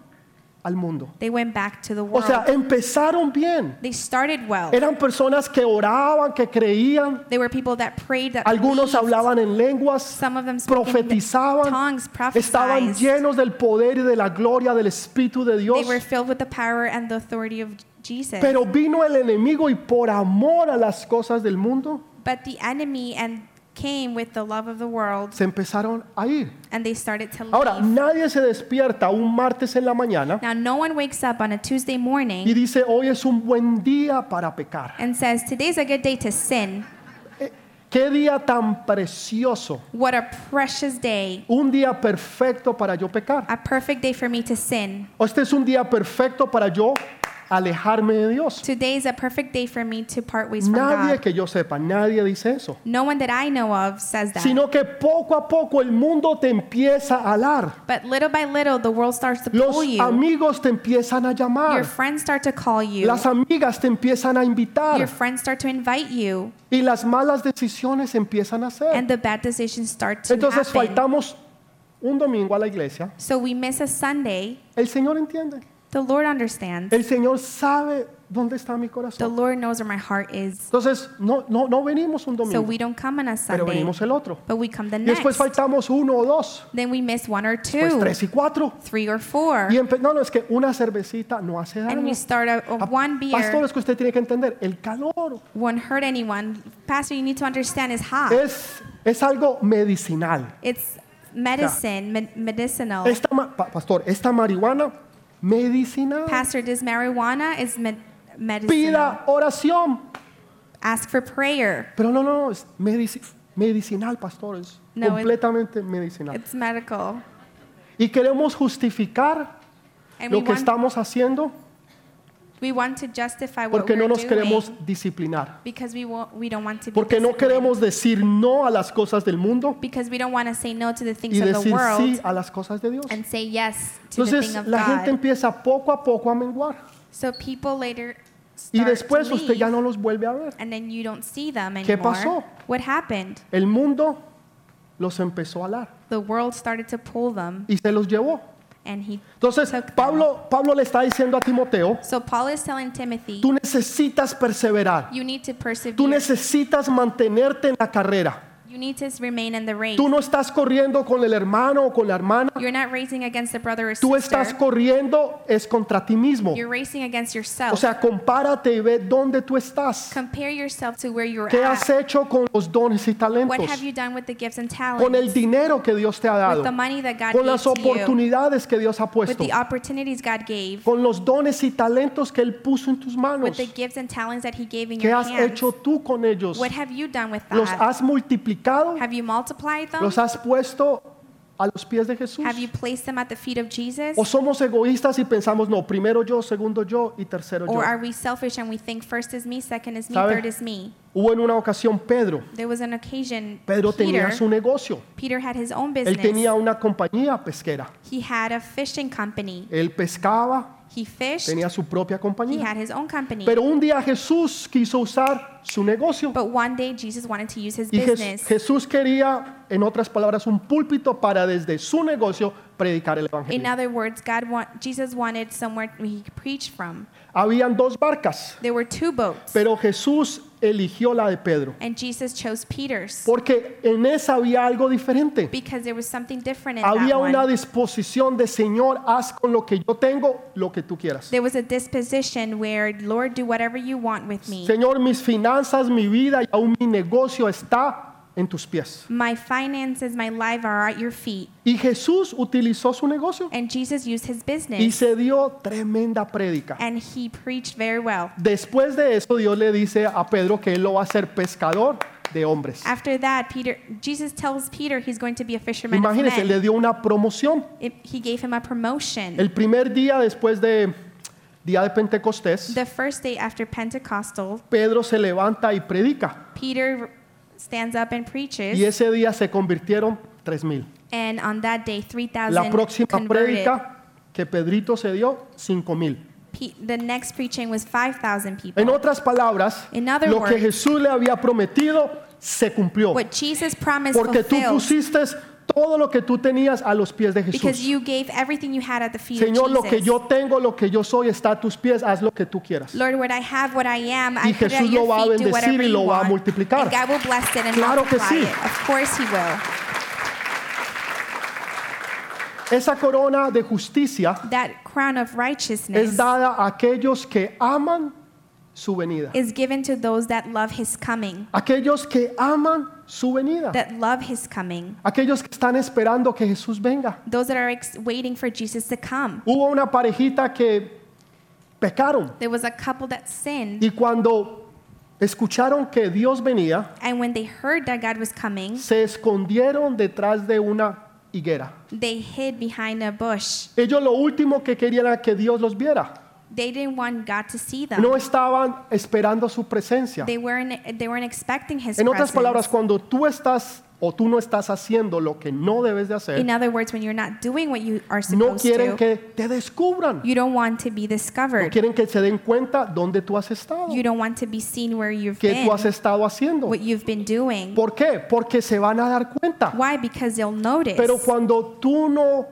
al mundo.
They went back to the
O
world.
sea, eh, empezaron bien.
They started well.
Eran personas que oraban, que creían.
They were people that prayed, that
Algunos
believed.
hablaban en lenguas,
Some of them spoke in
profetizaban,
tongues,
estaban
prophesied.
llenos del poder y de la gloria del Espíritu de Dios.
They were filled with the power and the authority of Jesus.
Pero vino el enemigo y por amor a las cosas del mundo
But the enemy and came with the love of the world
se empezaron a ir.
and they started to leave.
Ahora, nadie se despierta un martes en la mañana
now no one wakes up on a Tuesday
y
morning
dice, hoy es un buen día para pecar.
and says, "Today's a good day to sin."
Eh, Qué día tan precioso.
What a precious day.
Un día perfecto para yo pecar.
A perfect day for me to sin.
O Este es un día perfecto para yo alejarme de Dios.
Today is a perfect day for me to part ways from
Nadie
God.
que yo sepa, nadie dice eso.
No one that I know of says that.
Sino que poco a poco el mundo te empieza a alar.
but little by little the world starts to
Los
pull you.
amigos te empiezan a
Your
llamar.
friends start to call you.
Las amigas te empiezan a
Your
invitar.
friends start to invite you
Y las malas decisiones empiezan a hacer.
and the bad decisions start to
Entonces
happen.
faltamos un domingo a la iglesia.
So we miss a Sunday
El Señor entiende.
The Lord understands.
El Señor sabe dónde está mi
The
corazón.
Lord knows where my heart is.
Entonces, no, no, no venimos un
So
domingo,
we don't come on a
pero
Sunday,
venimos el otro.
but we come the
Y después
next.
faltamos uno o dos,
Then we miss one or
pues
two,
tres y cuatro.
three or four.
Y empe- no, no, es que una cervecita no hace
And
daño.
we start out of
Ah,
one beer.
Pastor, es que usted tiene que entender, el calor
won't hurt anyone. Pastor, you need to understand it's hot.
es, es algo medicinal.
it's medicine, med- medicinal.
Esta ma- pa- pastor, esta marihuana medicinal.
Pastor, this marijuana is med- medicinal.
Pida oración.
Ask for prayer.
Pero no, no, no, es medici- medicinal, pastor, es
No, it-
completamente medicinal.
It's medical.
Y queremos justificar
And we
lo que
want,
estamos haciendo
we want to justify what
porque
we're
no nos
doing
queremos disciplinar.
because we, won't, we don't want to be
Porque no
disciplined.
queremos decir no a las cosas del mundo
because we don't want to say no to the things
y
of the
decir
world
sí a las cosas de Dios.
and say yes to the thing
Entonces
of
la gente
God.
empieza poco a poco a menguar
So people later
y
start
después
to
usted
leave,
ya no los vuelve a ver.
and then you don't see them
¿Qué
anymore.
pasó?
What happened?
El mundo los empezó a alar
The world started to pull them,
y se los llevó.
and he.
Entonces
Took them.
Pablo, Pablo le está diciendo a Timoteo,
So Paul is telling Timothy,
tú necesitas perseverar,
you need to
tú
persevere.
necesitas mantenerte en la carrera.
You need to remain in the race.
Tú no estás corriendo con el hermano o con la hermana,
You're not racing against the brother or
tú estás
sister.
corriendo es contra ti mismo.
You're racing against
O
yourself.
sea, compárate y ve dónde tú estás.
Compare yourself to where you're
¿Qué has
at.
hecho con los dones y
What
talentos?
have you done with the gifts and
Con el
talents?
dinero que Dios te ha
With
dado.
the money that God
Con las
gave to you.
oportunidades que Dios ha
With
puesto.
the opportunities God gave.
Con los dones y talentos que Él puso en tus
With
manos.
the gifts and talents that He gave in
¿Qué
your
has
hands.
hecho tú con ellos?
What have you done with
¿Los
that?
has multiplicado?
Have you multiplied them?
¿Los has puesto a los pies de Jesús?
Have you placed them at the feet of Jesus?
¿O somos egoístas y pensamos, no, primero yo, segundo yo y tercero yo?
Or are we selfish and we think first is me, second is me,
¿Sabe?
third is me?
Hubo en una ocasión Pedro.
There was an occasion
Pedro
Peter,
tenía su negocio.
Peter had his own business.
Él tenía una compañía pesquera.
he had a fishing company.
Él pescaba,
He fished.
tenía su propia
he
compañía.
had his own company.
Pero un día Jesús quiso usar su negocio.
but one day Jesus wanted to use his
Y Jes-
business.
Jesús quería, en otras palabras, un púlpito para desde su negocio predicar el
In
Evangelio.
other words, God want, Jesus wanted somewhere he could preach from.
Habían dos barcas,
There were two boats,
pero Jesús eligió la de Pedro,
and Jesus chose Peter's
porque en esa había algo diferente.
because there was something different in
Había
that one.
una disposición de Señor, haz con lo que yo tengo lo que tú quieras.
There was a disposition where, Lord, do whatever you want with me.
Señor, mis finanzas, mi vida y aún mi negocio está en tus pies.
My finances, my life are at your feet.
Y Jesús utilizó su negocio
And Jesus used his
y
business
se dio tremenda prédica.
and he preached very well.
Después de eso, Dios le dice a Pedro que él lo va a hacer pescador de hombres.
After that, Peter, Jesus tells Peter he's going to be a fisherman of
Imagínense,
men.
le dio una promoción.
It- he gave him a promotion.
El primer día después de día de Pentecostés,
the first day after Pentecostal,
Pedro se levanta y predica.
Peter stands up and preaches.
Y ese día se convirtieron tres mil.
And on that day, 3,000
La próxima
converted.
prédica que Pedrito se dio, cinco mil.
Pe- the next preaching was 5,000 people.
En otras palabras,
In other
lo que
words-
Jesús le había prometido se cumplió.
what Jesus promised
Porque tú
fulfilled.
pusiste todo lo que tú tenías a los pies de
Because
Jesús.
you gave everything you had at the feet
Señor, lo
of
que
Jesus.
yo tengo, lo que yo soy, está a tus pies, haz lo que tú quieras.
Lord, what I have, what I am,
Y
I put it
Jesús
at your
lo va a
feet,
bendecir
do whatever
y lo
you
va a
want.
multiplicar.
And God will bless it and
Claro que
multiply
sí.
it. Of course he will.
Esa corona de justicia
That crown of righteousness
es dada a aquellos que aman su venida.
is given to those that love his coming,
Aquellos que aman su venida.
that love his coming,
Aquellos que están esperando que Jesús venga.
those that are ex- waiting for Jesus to come.
Hubo una parejita que pecaron
There was a couple that sinned,
y cuando escucharon que Dios venía,
and when they heard that God was coming,
se escondieron detrás de una higuera.
they hid behind a bush.
Ellos lo último que querían era que Dios los viera.
They didn't want God to see them.
No estaban esperando su presencia.
They weren't. They weren't expecting His
En otras
presence.
palabras, cuando tú estás o tú no estás haciendo lo que no debes de
In
hacer,
other words, when you're not doing what you are
no
supposed
quieren
to,
que te descubran.
you don't want to be
No
discovered.
quieren que se den cuenta dónde tú has estado,
You don't want to be seen where you've
qué tú
been,
has estado haciendo.
what you've been doing. Pues.
¿Por qué? Porque se van a dar cuenta.
Why? Because they'll notice.
Pero cuando tú no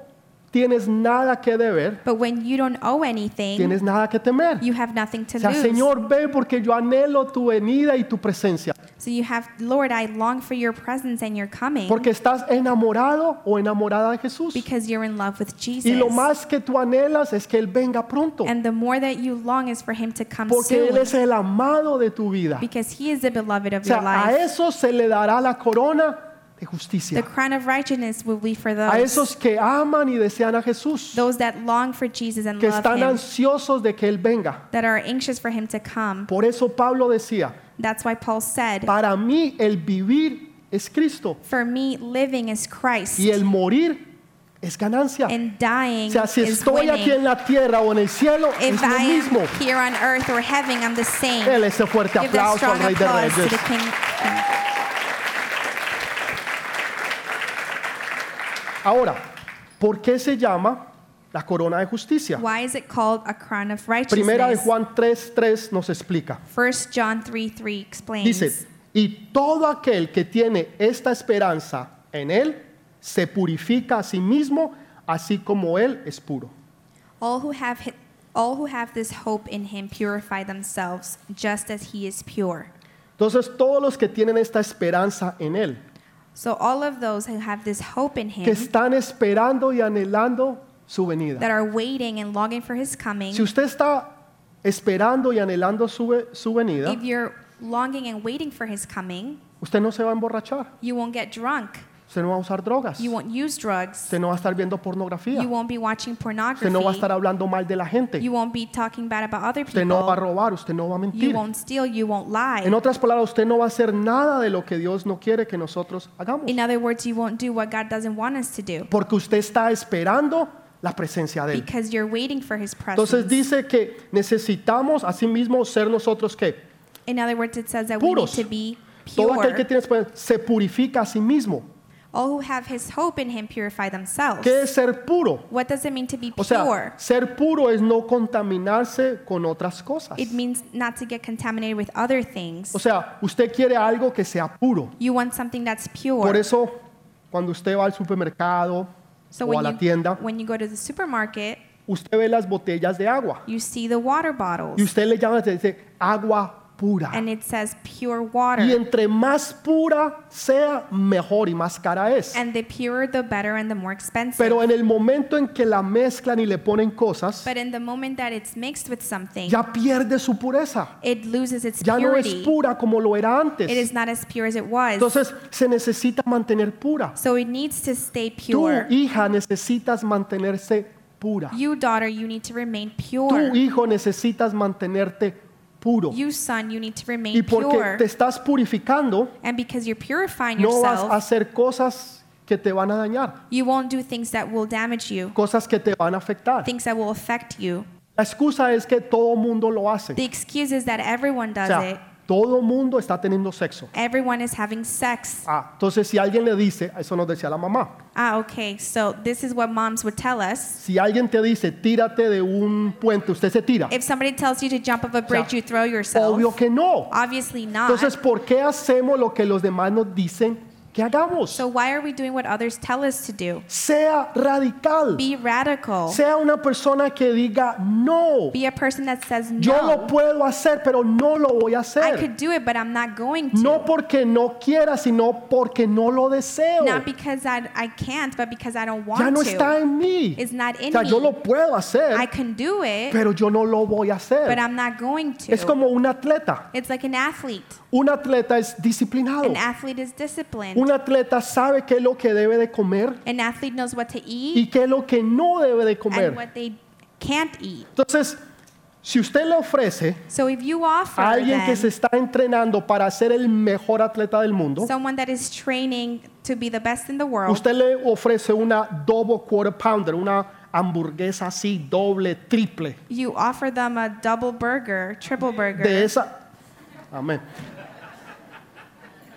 tienes nada que deber,
But when you don't owe anything,
tienes nada que temer.
you have nothing to
O sea,
lose.
Señor, ven porque yo anhelo tu venida y tu presencia.
So you have, Lord, I long for your presence and your coming
Porque estás enamorado o enamorada de Jesús.
because you're in love with
Y
Jesus.
lo más que tú anhelas es que Él venga pronto.
And the more that you long is for him to come
Porque Él
soon
es el amado de tu vida.
because he is the beloved
O
of
sea,
your
a
life.
eso se le dará la corona de
The
justicia.
crown of righteousness will be for
A
those,
esos que aman y desean a Jesús.
those that long for Jesus and
Que
love
están
him,
ansiosos de que Él venga.
that are anxious for him to come.
Por eso Pablo decía,
That's why Paul said,
para mí el vivir es Cristo
For me, living is Christ,
y el morir es ganancia.
and
O
dying
sea, si
is
estoy aquí
winning.
en la tierra o en el cielo, es
If
lo
I
mismo.
am here on earth or heaven, I'm the same.
Él ese fuerte
Give that
aplauso al
strong
Rey de
applause to the
Reyes.
King. King.
Ahora, ¿por qué se llama la corona de justicia?
Why is it called a crown of
Primera de
righteousness?
Juan 3:3 nos explica.
1 John 3 3 explains.
Dice, y todo aquel que tiene esta esperanza en Él se purifica a sí mismo, así como Él es puro.
All who have hi- all who have this hope in him purify themselves just as he is pure.
Entonces, todos los que tienen esta esperanza en Él,
So all of those who have this hope in
que
him
están esperando y anhelando su venida.
that are waiting and longing for his coming.
Si usted está esperando y anhelando su, ve- su venida,
If you're longing and waiting for his coming,
usted no se va a emborrachar,
you won't get drunk.
usted no va a usar drogas,
You won't use drugs.
usted no va a estar viendo
You
pornografía,
won't be watching
usted no va a estar
pornography.
hablando mal de la gente,
You won't be talking bad about other
usted no va a
people.
robar, usted no va a
You
mentir.
won't steal. You won't
En
lie.
otras palabras, usted no va a hacer nada de lo que Dios no quiere que nosotros hagamos.
In other words, you won't do what God doesn't want us to do
Porque usted está esperando la presencia de Él.
because you're waiting for his
Entonces
presence.
dice que necesitamos asimismo ser nosotros que
In other words, it says that we need
Puros.
to be
todo aquel que
pure.
tiene esperanza se purifica a sí mismo.
All who have his hope in him purify themselves.
¿Qué es ser puro?
What does it mean to be
O sea,
pure?
ser puro es no contaminarse con otras cosas.
It means not to get contaminated with other
O
things.
sea, usted quiere algo que sea puro.
You want something that's
Por
pure.
eso, cuando usted va al supermercado
So
o a
when
la
you,
tienda,
when you go to the supermarket,
usted ve las botellas de agua
you see the water
y
bottles
usted le llama y dice agua pura.
and it says pure
Y
water.
entre más pura sea, mejor y más cara es.
And the purer, the better, and the more expensive.
Pero en el momento en que la mezclan y le ponen cosas,
But in the moment that it's mixed with something,
ya pierde su pureza.
it loses its
Ya no es
purity.
pura como lo era
It is
antes.
not as pure as it was.
Entonces, se necesita mantener pura.
so it needs to stay
Tu
pure.
hija necesitas mantenerse pura.
You daughter, you need to remain pure.
Tu hijo necesitas mantenerte puro.
You son, you need to remain
Y porque
pure.
te estás purificando,
and because you're purifying
no vas
yourself,
a hacer cosas que te van a dañar,
you won't do things that will damage you,
cosas que te van a afectar.
things that will affect you.
La excusa es que todo mundo lo hace.
The excuse is that everyone
O
does it.
sea, todo mundo está teniendo sexo.
Everyone is having sex.
Ah, entonces si alguien le dice, eso nos decía la mamá,
Ah, okay. So this is what moms would tell us.
si alguien te dice, tírate de un puente, usted se tira.
If somebody tells you to jump off a bridge, you throw yourself.
Obvio que no.
Obviously not.
Entonces, ¿por qué hacemos lo que los demás nos dicen que hagamos?
so why are we doing what others tell us to do?
Sea radical.
Be radical.
Sea una persona que diga, no,
Be a person that says no.
yo lo puedo hacer, pero no lo voy a
I
hacer.
could do it, but I'm not going to.
No porque no quiera, sino porque no lo deseo.
Not because I, I can't, but because I don't want
Ya no
to.
está en mí.
It's not
O
in
sea,
me.
yo lo puedo
I
hacer,
can do it,
pero yo no lo voy a
but
hacer.
I'm not going to.
Es como un atleta.
it's like an athlete.
Un atleta es disciplinado.
An athlete is disciplined.
Oh. Un atleta sabe qué es lo que debe de comer
An athlete knows what to eat
y qué es lo que no debe de
and
comer.
what they can't eat.
Entonces, si usted le ofrece
So if you offer
a alguien que
them
se está entrenando para ser el mejor atleta del mundo,
someone that is training to be the best in the world,
usted le ofrece una double quarter pounder, una hamburguesa así, doble, triple,
you offer them a double burger, triple burger.
de esa, amén,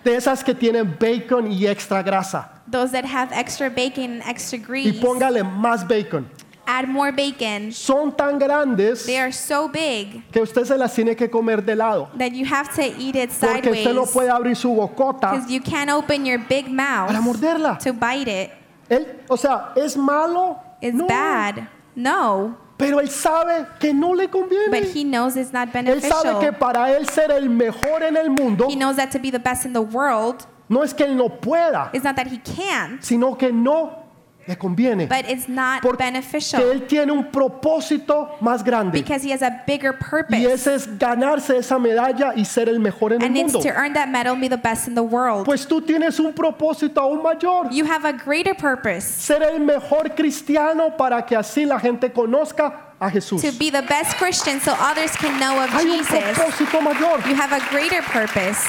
de esas que tienen bacon y extra grasa,
Those that have extra bacon and extra
y
grease,
póngale más bacon.
add more bacon.
Son tan grandes
They are so big
que usted se las tiene que comer de lado,
that you have to eat it
porque
sideways
usted no puede abrir su bocota
because you can't open your big
para
mouth
morderla.
to bite it.
Él, o sea, es malo
is
No.
bad. No.
Pero él sabe que no le
But
conviene.
he knows it's not
Él sabe que
beneficial.
para él ser el mejor en el mundo
He knows that to be the best in the world
no es que él no pueda,
it's not that he can't,
sino que no le conviene.
but it's not
Porque
beneficial
él tiene un propósito más grande.
because he has a bigger
Y
purpose.
ese es ganarse esa medalla y ser el mejor en el
And it's
mundo.
to earn that medal and be the best in the world.
Pues tú tienes un propósito aún mayor.
You have a greater purpose
Ser el mejor cristiano para que así la gente conozca a Jesús.
to be the best Christian so others can know of
Hay un
Jesus.
propósito mayor.
You have a greater purpose.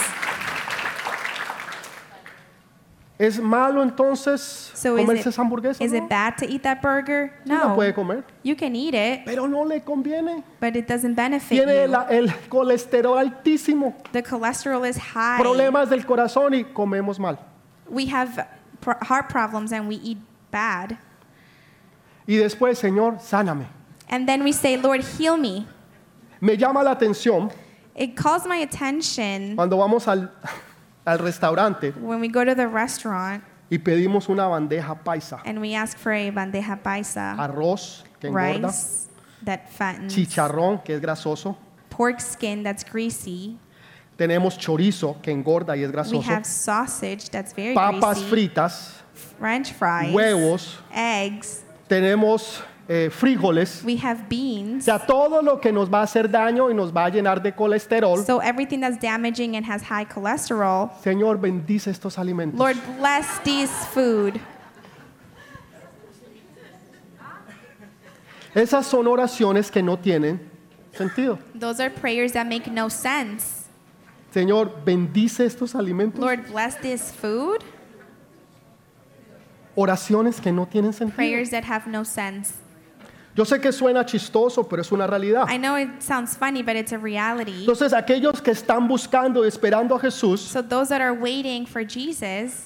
¿Es malo entonces
So is
comerse
it-
esa hamburguesa?
Is
No.
it bad to eat that burger?
Sí la puede
No.
comer,
You can eat it,
pero no le conviene.
but it doesn't benefit
Tiene
you.
la- el colesterol altísimo,
The cholesterol is high.
problemas del corazón y comemos mal.
We have pro- heart problems and we eat bad.
Y después, Señor, sáname.
And then we say, Lord, heal me.
Me llama la atención
It calls my attention
cuando vamos al, al restaurante
when we go to the restaurant
y pedimos una bandeja paisa,
and we ask for a bandeja paisa,
arroz que Ah, engorda,
rice that fattens,
chicharrón que es grasoso,
pork skin that's greasy.
tenemos chorizo que engorda y es
We
grasoso,
have sausage that's very
papas
greasy,
fritas,
French fries,
huevos,
eggs.
tenemos eh, frijoles.
We have
O
beans.
sea, todo lo que nos va a hacer daño y nos va a llenar de colesterol.
So everything that's damaging and has high cholesterol,
Señor, bendice estos alimentos.
Lord bless these food.
Esas son oraciones que no tienen sentido.
Those are prayers that make no sense.
Señor, bendice estos alimentos.
Lord bless this food.
Oraciones que no tienen sentido.
Prayers that have no sense.
Yo sé que suena chistoso, pero es una realidad.
I know it sounds funny, but it's a reality.
Entonces, aquellos que están buscando y esperando a Jesús
So those that are waiting for Jesus,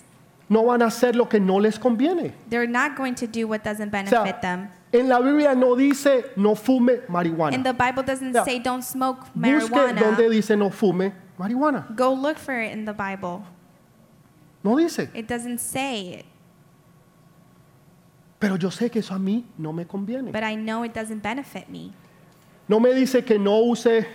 no van a hacer lo que no les conviene.
they're not going to do what doesn't
O
benefit them.
sea, en la Biblia no dice no fume
And
marihuana.
the Bible doesn't
sea,
say don't smoke
Busque donde
marijuana.
dice no fume marihuana.
Go look for it in the Bible.
No dice.
It doesn't say it,
Pero yo sé que eso a mí no me conviene.
but I know it doesn't benefit me.
No me dice que no use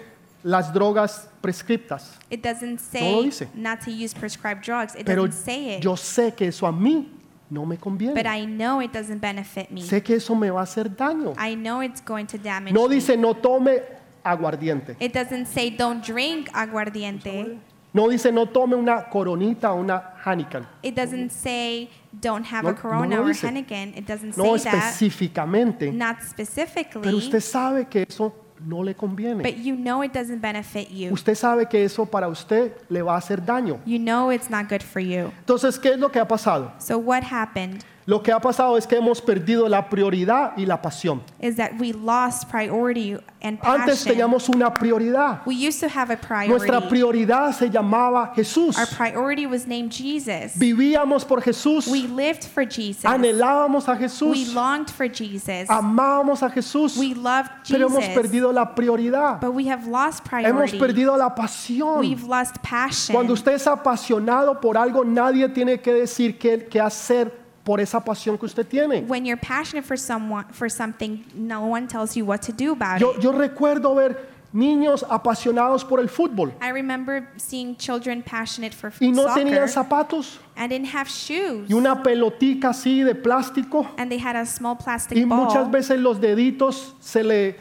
las drogas prescriptas,
It doesn't
lo
say
dice.
not to use prescribed drugs. It
pero
doesn't say it,
yo sé que eso a mí no me
but
conviene.
I know it doesn't benefit me.
Sé que eso me va a hacer daño.
I know it's going to damage
No
me.
dice no tome aguardiente.
It doesn't say don't drink aguardiente.
No dice no tome una coronita o una Hanican.
It doesn't say don't have
No-
a
no
Corona
lo
or
dice.
Henneken. It doesn't
No
say that.
específicamente.
Not specifically,
Pero usted sabe que eso no le conviene.
but you know it doesn't benefit you.
Usted sabe que eso para usted le va a hacer daño.
You know it's not good for you.
Entonces, ¿qué es lo que ha pasado?
So what happened
Lo que ha pasado es que hemos perdido la prioridad y la pasión.
is that we lost priority and
Antes
passion.
teníamos una prioridad.
we used to have a
Nuestra
priority.
prioridad se llamaba Jesús.
Our priority was named Jesus.
Vivíamos por Jesús.
We lived for Jesus.
Anhelábamos a
We
Jesús.
longed for Jesus.
Amábamos a Jesús.
We loved
Pero hemos
Jesus.
perdido la prioridad.
But we have lost
Hemos
priority.
perdido la pasión.
We've lost passion.
Cuando usted es apasionado por algo, nadie tiene que decir qué, qué hacer por esa pasión que usted tiene.
when you're passionate for someone for something, no one tells you what to do about
Yo,
it.
yo recuerdo ver niños apasionados por el fútbol
I remember seeing children passionate for
y no
soccer
tenían zapatos
and didn't have shoes,
y una pelotica así de plástico
and they had a small plastic
y muchas
ball,
veces los deditos se le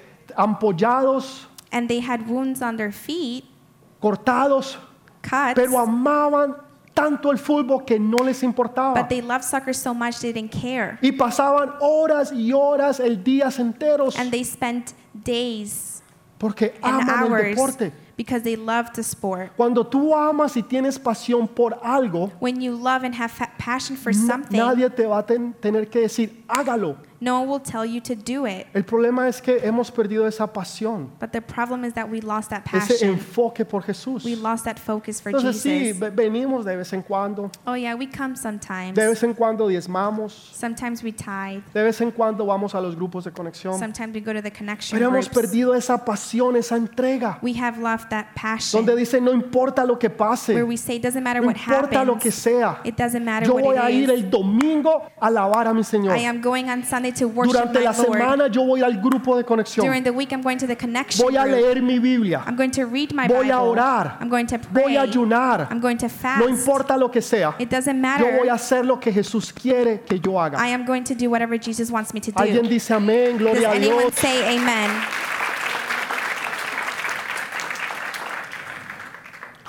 ampollados,
and they had wounds on their feet,
cortados,
cuts.
pero amaban tanto el fútbol que no les importaba.
But they loved soccer so much they didn't care,
Y pasaban horas y horas, el día enteros,
and they spent days
porque
and
aman el
hours
deporte.
because they loved the sport.
Cuando tú amas y tienes pasión por algo,
When you love and have fa- passion for
na-
something,
nadie te va a ten- tener que decir, hágalo.
no one will tell you to do it.
El problema es que hemos perdido esa pasión,
But the problem is that we lost that
ese
passion.
enfoque por Jesús.
We lost that focus for
Entonces sí,
Jesus.
ve- venimos de vez en cuando,
Oh yeah, we come sometimes.
de vez en cuando diezmamos,
Sometimes we tithe.
De vez en cuando vamos a los grupos de conexión,
Sometimes we go to the connection
pero Um, hemos
groups.
perdido esa pasión, esa entrega,
We have lost that passion
donde dice no importa lo que
where
pase,
we say doesn't matter
no
what
importa lo que
happens.
sea,
It doesn't matter
yo
what
voy a
it
ir
is.
el domingo a alabar a mi Señor.
I am I'm going on Sunday to worship
Durante
my
la
Lord.
semana yo voy al grupo de conexión.
During the week, I'm going to the connection
Voy a
group.
leer mi Biblia.
I'm going to read my
Voy a
Bible.
orar.
I'm going to pray.
Voy a ayunar.
I'm going to fast.
No importa lo que sea.
It doesn't
Yo
matter.
voy a hacer lo que Jesús quiere que yo haga.
I am going to do whatever Jesus wants me to do.
Alguien dice amén,
Does
gloria a
anyone
Dios.
say amen?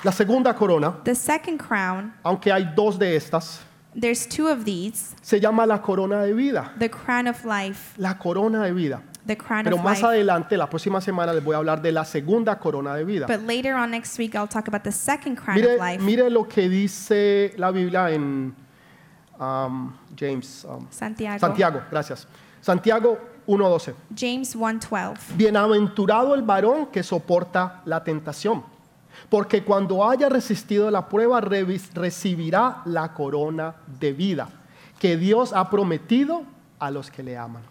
La segunda corona,
The second crown,
aunque hay dos de estas,
there's two of these
se llama la corona de vida.
the crown of life,
La corona de vida.
the crown
Pero
of
más
life.
adelante, la próxima semana, les voy a hablar de la segunda corona de vida.
But later on next week, I'll talk about the second crown of
Mire,
life.
mire lo que dice la Biblia en um, James, um,
Santiago.
Santiago, gracias. Santiago 1.12.
James 1:12.
Bienaventurado el varón que soporta la tentación, porque cuando haya resistido la prueba revis- recibirá la corona de vida que Dios ha prometido a los que le aman.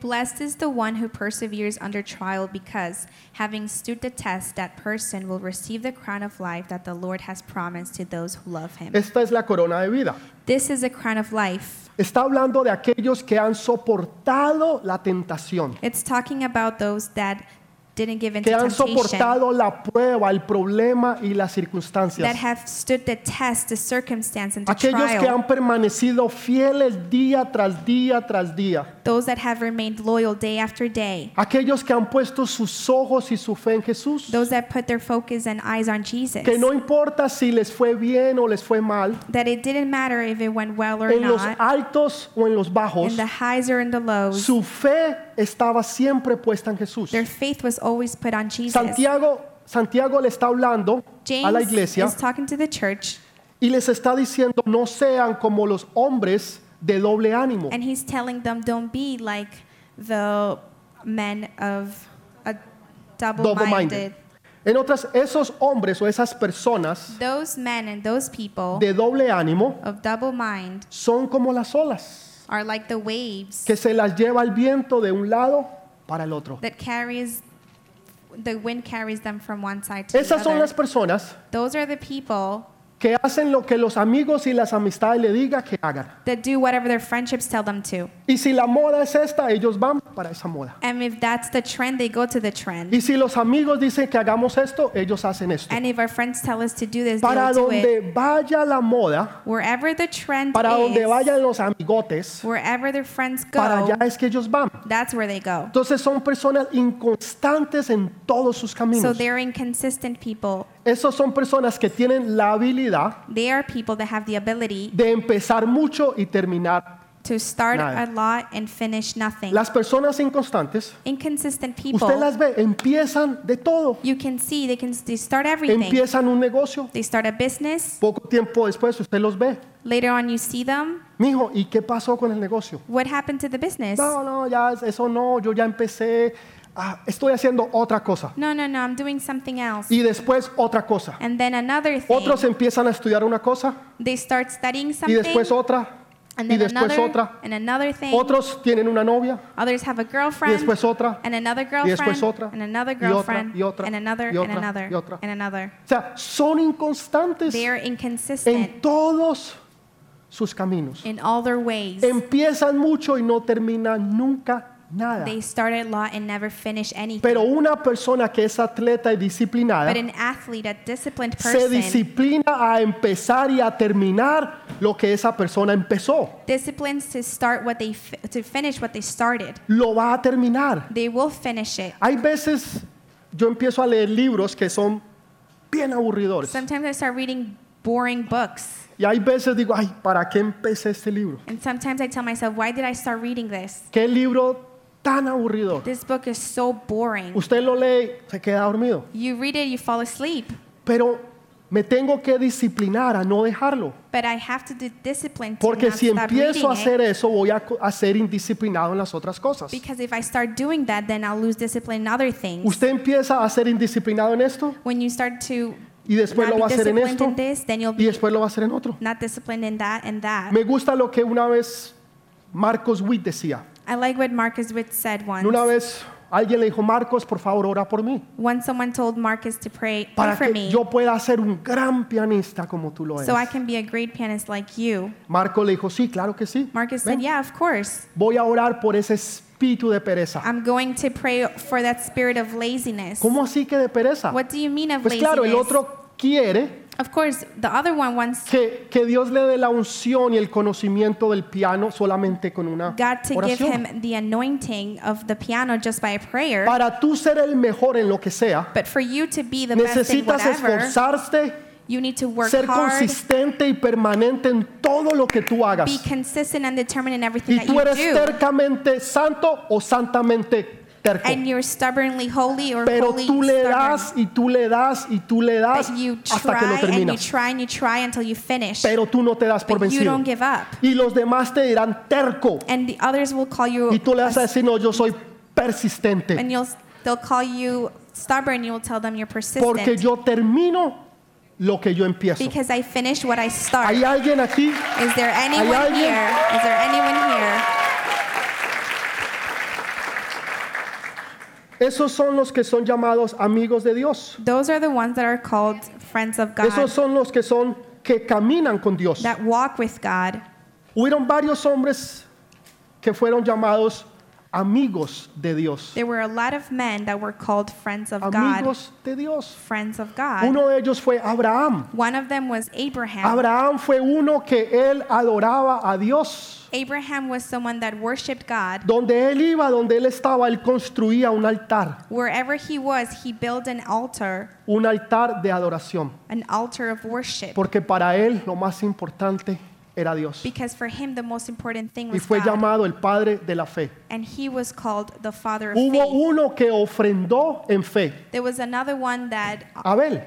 Blessed is the one who perseveres under trial because, having stood the test, that person will receive the crown of life that the Lord has promised to those who love him.
Esta es la corona de vida.
This is a crown of life.
Está hablando de aquellos que han soportado la tentación,
It's talking about those that didn't give in
que
to
han
temptation,
soportado la prueba, el problema y las
that
circunstancias.
have stood the test, the circumstance, and the
Aquellos que
trial.
han permanecido fieles día tras día tras día.
Those that have remained loyal day after day.
Aquellos que han puesto sus ojos y su fe en Jesús.
Those that put their focus and eyes on Jesus.
que no importa si les fue bien o les fue mal,
That it didn't matter if it went well or
en los
not,
altos o en los bajos,
in the highs or in the lows.
su fe estaba siempre puesta en Jesús.
Their faith was always put on Jesus.
Santiago, Santiago le está hablando a la
James
iglesia
is talking to the church
y les está diciendo, no sean como los hombres de doble ánimo,
and he's telling them don't be like the men of a double-minded.
double-minded. En otras, esos hombres o esas personas
Those men and those people
de doble ánimo
of double mind
son como las olas
are like the waves
que se las lleva el viento de un lado para el otro.
that carries the wind carries them from one side to the
Esas son
other.
las personas
Those are the people
que hacen lo que los amigos y las amistades le digan que hagan.
that do whatever their friendships tell them to.
Y si la moda es esta, ellos van para esa moda.
And if that's the trend, they go to the trend.
Y si los amigos dicen que hagamos esto, ellos hacen esto.
And if our friends tell us to do this,
Para
they'll do it.
donde vaya la moda,
Wherever the trend
para
is,
donde vayan los amigotes,
wherever their friends go,
para allá es que ellos van.
that's where they go.
Entonces son personas inconstantes en todos sus
So
caminos.
they're inconsistent people.
Esos son personas que tienen la habilidad
They are people that have the ability
de empezar mucho y terminar.
to start
Nada.
a lot and finish nothing.
Las personas inconstantes,
Inconsistent people,
usted las ve, empiezan de todo.
you can see they can they start everything.
Empiezan un negocio,
They start a business.
Poco tiempo después usted los ve.
Later on, you see them.
Mijo, ¿y qué pasó con el negocio?
What happened to the business?
No, no, ya es- eso no, yo ya empecé, ah, estoy haciendo otra cosa.
no, no, no, I'm doing something else.
Y después otra cosa.
and then another thing.
Otros empiezan a estudiar una cosa
they start studying
y
something.
después otra
and
y
then
después
another.
otra.
And another thing.
Otros tienen una novia
Others have a
y
girlfriend.
después otra.
and another
Y después
girlfriend,
otra,
and another
y otra,
girlfriend,
y otra,
and another,
y otra,
and another,
y otra.
and another.
O sea, son inconstantes
They are inconsistent
en todos sus caminos.
in all their ways.
Empiezan mucho y no terminan nunca nada.
They start a lot and never finish anything.
Pero una persona que es atleta y disciplinada
but an athlete, a disciplined
se
person,
disciplina a empezar y a terminar lo que esa persona empezó.
disciplines to start what they fi- to finish what they started.
Lo va a terminar.
They will finish it.
Hay veces yo empiezo a leer libros que son bien aburridores.
Sometimes I start reading boring books,
Y hay veces digo, ay, ¿para qué empecé este libro?
and sometimes I tell myself, "Why did I start reading this?
¿Qué libro tan aburridor?
This book is so boring."
Usted lo lee, se queda dormido.
You read it, you fall asleep.
Pero me tengo que disciplinar a no dejarlo.
But I have to do discipline to
Porque
not
si
stop reading
empiezo a
it.
hacer eso, voy a, co- a ser indisciplinado en las otras cosas.
Because if I start doing that, then I'll lose discipline in other things.
Usted empieza a ser indisciplinado en esto
when you start to
y después
not
lo va a
be
hacer en
disciplined
esto
in this, then you'll
y
be
después lo va a hacer en otro.
not disciplined in that and that.
Me gusta lo que una vez Marcos Witt decía.
I like what Marcus Witt said once.
Una vez Alguien le dijo, Marcos, por favor, ora por mí.
Once someone told Marcus to pray, pray
Para
for
que
me
yo pueda ser un gran pianista como tú lo eres.
so I can be a great pianist like you.
Marcos le dijo, sí, claro que sí.
Marcus
Ven,
said, Yeah, of course.
Voy a orar por ese espíritu de pereza.
I'm going to pray for that spirit of laziness.
¿Cómo así que de pereza?
What do you mean of
Pues
laziness?
claro, el otro quiere
Of course, the other one wants
que, que Dios le dé la unción y el conocimiento del piano solamente con una
God to give
oración.
him the anointing of the piano just by a prayer.
Para tú ser el mejor en lo que sea,
But for you to be the best in
necesitas
whatever,
esforzarte,
you need to work
ser
hard,
consistente y permanente en todo lo que tú hagas.
be consistent and determined in everything
Y
that
tú
you
eres
do.
tercamente santo o santamente terco.
And you're stubbornly holy or
Pero
holy
tú le
stubborn.
das y tú le das y tú le das
but you
hasta que lo
try and you
terminas.
try and you try until you finish.
Pero tú no te das por
but you
vencido.
don't give up.
Y los demás te dirán terco.
And the others will call you
Y tú le vas a
a-
decir, no, yo soy persistente.
and you'll they'll call you stubborn, you'll tell them you're persistent.
Porque yo termino lo que yo empiezo.
because I finish what I start.
¿Hay alguien aquí?
Is there anyone
alguien?
here? Is there anyone here?
Esos son los que son llamados amigos de Dios.
Those are the ones that are called friends of God
Esos son los que son que caminan con Dios.
that walk with God.
Hubieron varios hombres que fueron llamados amigos de Dios.
There were a lot of men that were called friends of God.
Amigos de Dios.
Friends of God.
Uno de ellos fue Abraham.
One of them was Abraham.
Abraham fue uno que él adoraba a Dios.
Abraham was someone that worshipped God.
Donde él iba, donde él estaba, él construía un altar,
Wherever he was, he built an altar,
un altar de adoración,
an altar of worship.
porque para él lo más importante era Dios.
Because for him, the most important thing
Y
was
fue
God.
llamado el padre de la fe.
And he was called the father of
Hubo
faith.
uno que ofrendó en fe,
There was another one that,
Abel.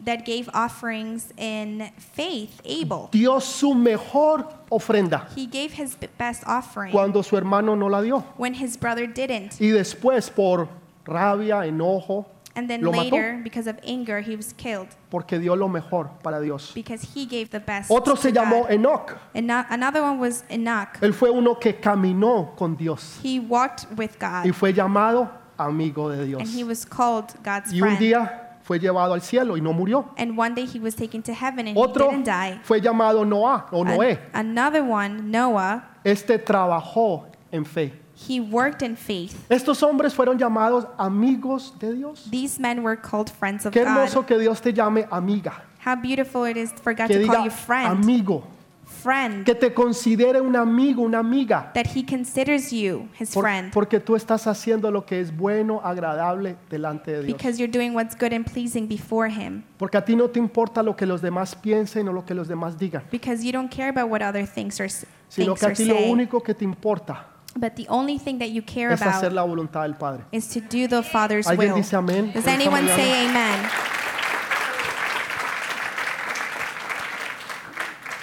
that gave offerings in faith, Abel.
Dio su mejor ofrenda
He gave his b- best offering
cuando su hermano no la dio.
when his brother didn't.
Y después por rabia, enojo,
And then
lo mató
later, because of anger, he was killed
porque dio lo mejor para Dios.
because he gave the best.
Otro
to
se llamó
God.
Enoch.
Eno- another one was Enoch.
Él fue uno que caminó con Dios
He walked with God
y fue llamado amigo de
and
Dios.
he was called God's
Y un
friend.
día fue llevado al cielo y no murió.
and one day he was taken to heaven and
Otro
he didn't die.
fue llamado Noah o
An-
Noé.
another one, Noah,
Este trabajó en fe.
he worked in faith.
Estos hombres fueron llamados amigos de Dios.
These men were called friends of
Qué
God.
hermoso que Dios te llame amiga,
How beautiful it is for God
que
to call
diga
you friend.
amigo,
friend.
que te considere un amigo, una amiga,
that he considers you his
por-
friend.
porque tú estás haciendo lo que es bueno, agradable delante de Dios.
Because you're doing what's good and pleasing before Him.
Porque a ti no te importa lo que los demás piensen o lo que los demás digan,
Because you don't care about what other things are
sino
things
que a
are
ti lo
saying.
único que te importa
But the only thing that you care
es hacer
about
la voluntad del Padre.
is to do the Father's
¿Alguien
will.
dice amén
Does
esta
anyone
mañana?
say Amen?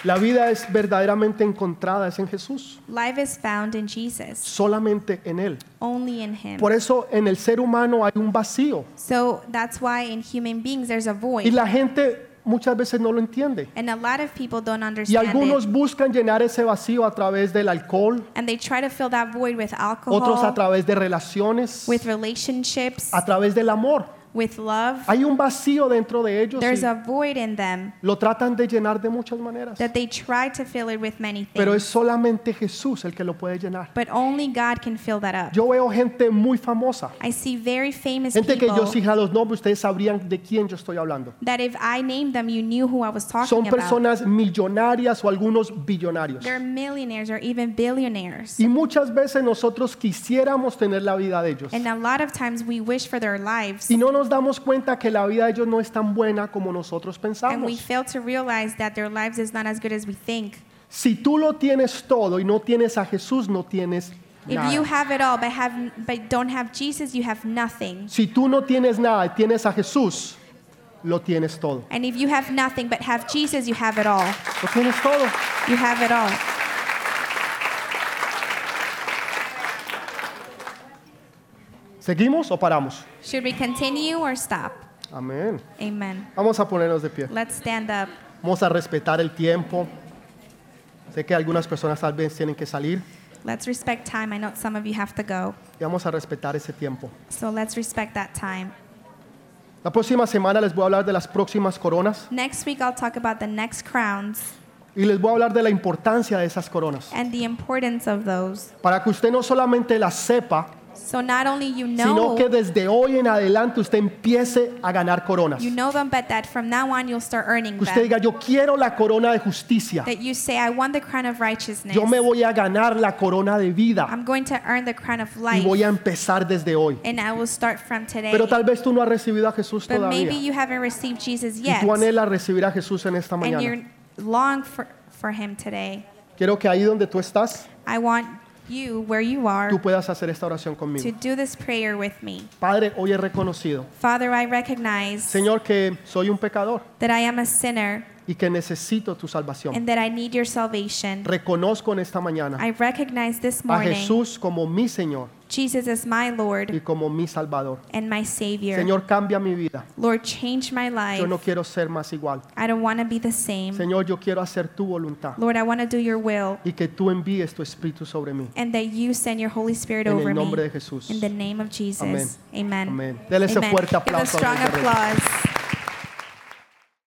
La vida es verdaderamente encontrada, es en Jesús,
Life is found in Jesus,
solamente en Él.
only in Him.
Por eso en el ser humano hay un vacío
So that's why in human beings there's a
y
void,
la gente muchas veces no lo entiende.
and a lot of people don't
Y
understand
algunos
it.
buscan llenar ese vacío a través del alcohol,
And they try to fill that void with
otros a
alcohol,
través de relaciones,
with relationships,
a través del amor.
with love.
Hay un vacío dentro de ellos.
There's
y
a void in them
lo tratan de llenar de muchas maneras.
that they try to fill it with many things.
Pero es solamente Jesús el que lo puede llenar.
But only God can fill that up.
Yo veo gente muy famosa,
I see very famous
gente que yo
people
si dijera los nombres ustedes sabrían de quién yo estoy hablando.
that if I named them, you knew who I was talking
Son
about.
personas millonarias o algunos billonarios.
They're millionaires or even billionaires.
Y muchas veces nosotros quisiéramos tener la vida de ellos.
And a lot of times we wish for their lives
Y no nos damos cuenta que la vida de ellos no es tan buena como nosotros
and we
pensamos.
fail to realize that their lives is not as good as we think.
Si tú lo tienes todo y no tienes a Jesús, no tienes
If you
nada.
have it all but have but don't have Jesus, you have nothing.
Si tú no tienes nada y tienes a Jesús, lo tienes todo.
And if you have nothing but have Jesus, you have it all.
Lo tienes todo.
You have it all.
¿Seguimos o paramos?
Should we continue or stop?
Amén.
Amen.
Vamos a ponernos de pie.
Let's stand up.
Vamos a respetar el tiempo. Sé que algunas personas tal vez tienen que salir.
Let's respect time. I know some of you have to go,
y vamos a respetar ese tiempo.
so let's respect that time.
La próxima semana les voy a hablar de las próximas coronas
Next week, I'll talk about the next crowns
y les voy a hablar de la importancia de esas coronas.
and the importance of those.
Para que usted no solamente las sepa,
So not only you
sino
know,
que desde hoy en adelante usted empiece a ganar coronas.
you
Que
know them, but that from now on you'll start earning
usted
them.
diga, yo quiero la corona de justicia.
That you say, I want the crown of righteousness.
Yo me voy a ganar la corona de vida
I'm going to earn the crown of
y
life,
voy a empezar desde hoy.
and I will start from today.
Pero tal vez tú no has recibido a Jesús
but maybe
todavía.
you haven't received Jesus
Y
yet,
tú anhelas recibir a Jesús en esta
and
mañana.
you long for, for Him today.
Quiero que ahí donde tú estás,
I want you, where you are,
tú puedas hacer esta oración
to
conmigo.
do this prayer with me.
Padre, hoy he reconocido,
Father, I recognize
Señor, que soy un pecador
that I am a sinner
y que necesito tu salvación.
and that I need your salvation.
Reconozco en esta mañana
I recognize this
a
morning
Jesús como mi Señor
Jesus is my
y
Lord
como mi Salvador.
and my Savior.
Señor, cambia mi vida.
Lord, change my life.
Yo no quiero ser más igual.
I don't want to be the same.
Señor, yo quiero hacer tu voluntad
Lord, I want to do your will
y que tú envíes tu Espíritu sobre mí.
and that you send your Holy Spirit
En el
over
nombre de
me.
Jesús.
In the name of Jesus. Amen.
Amén. Dele ese fuerte
Give a
aplauso al
strong
Rey de Reyes.
applause.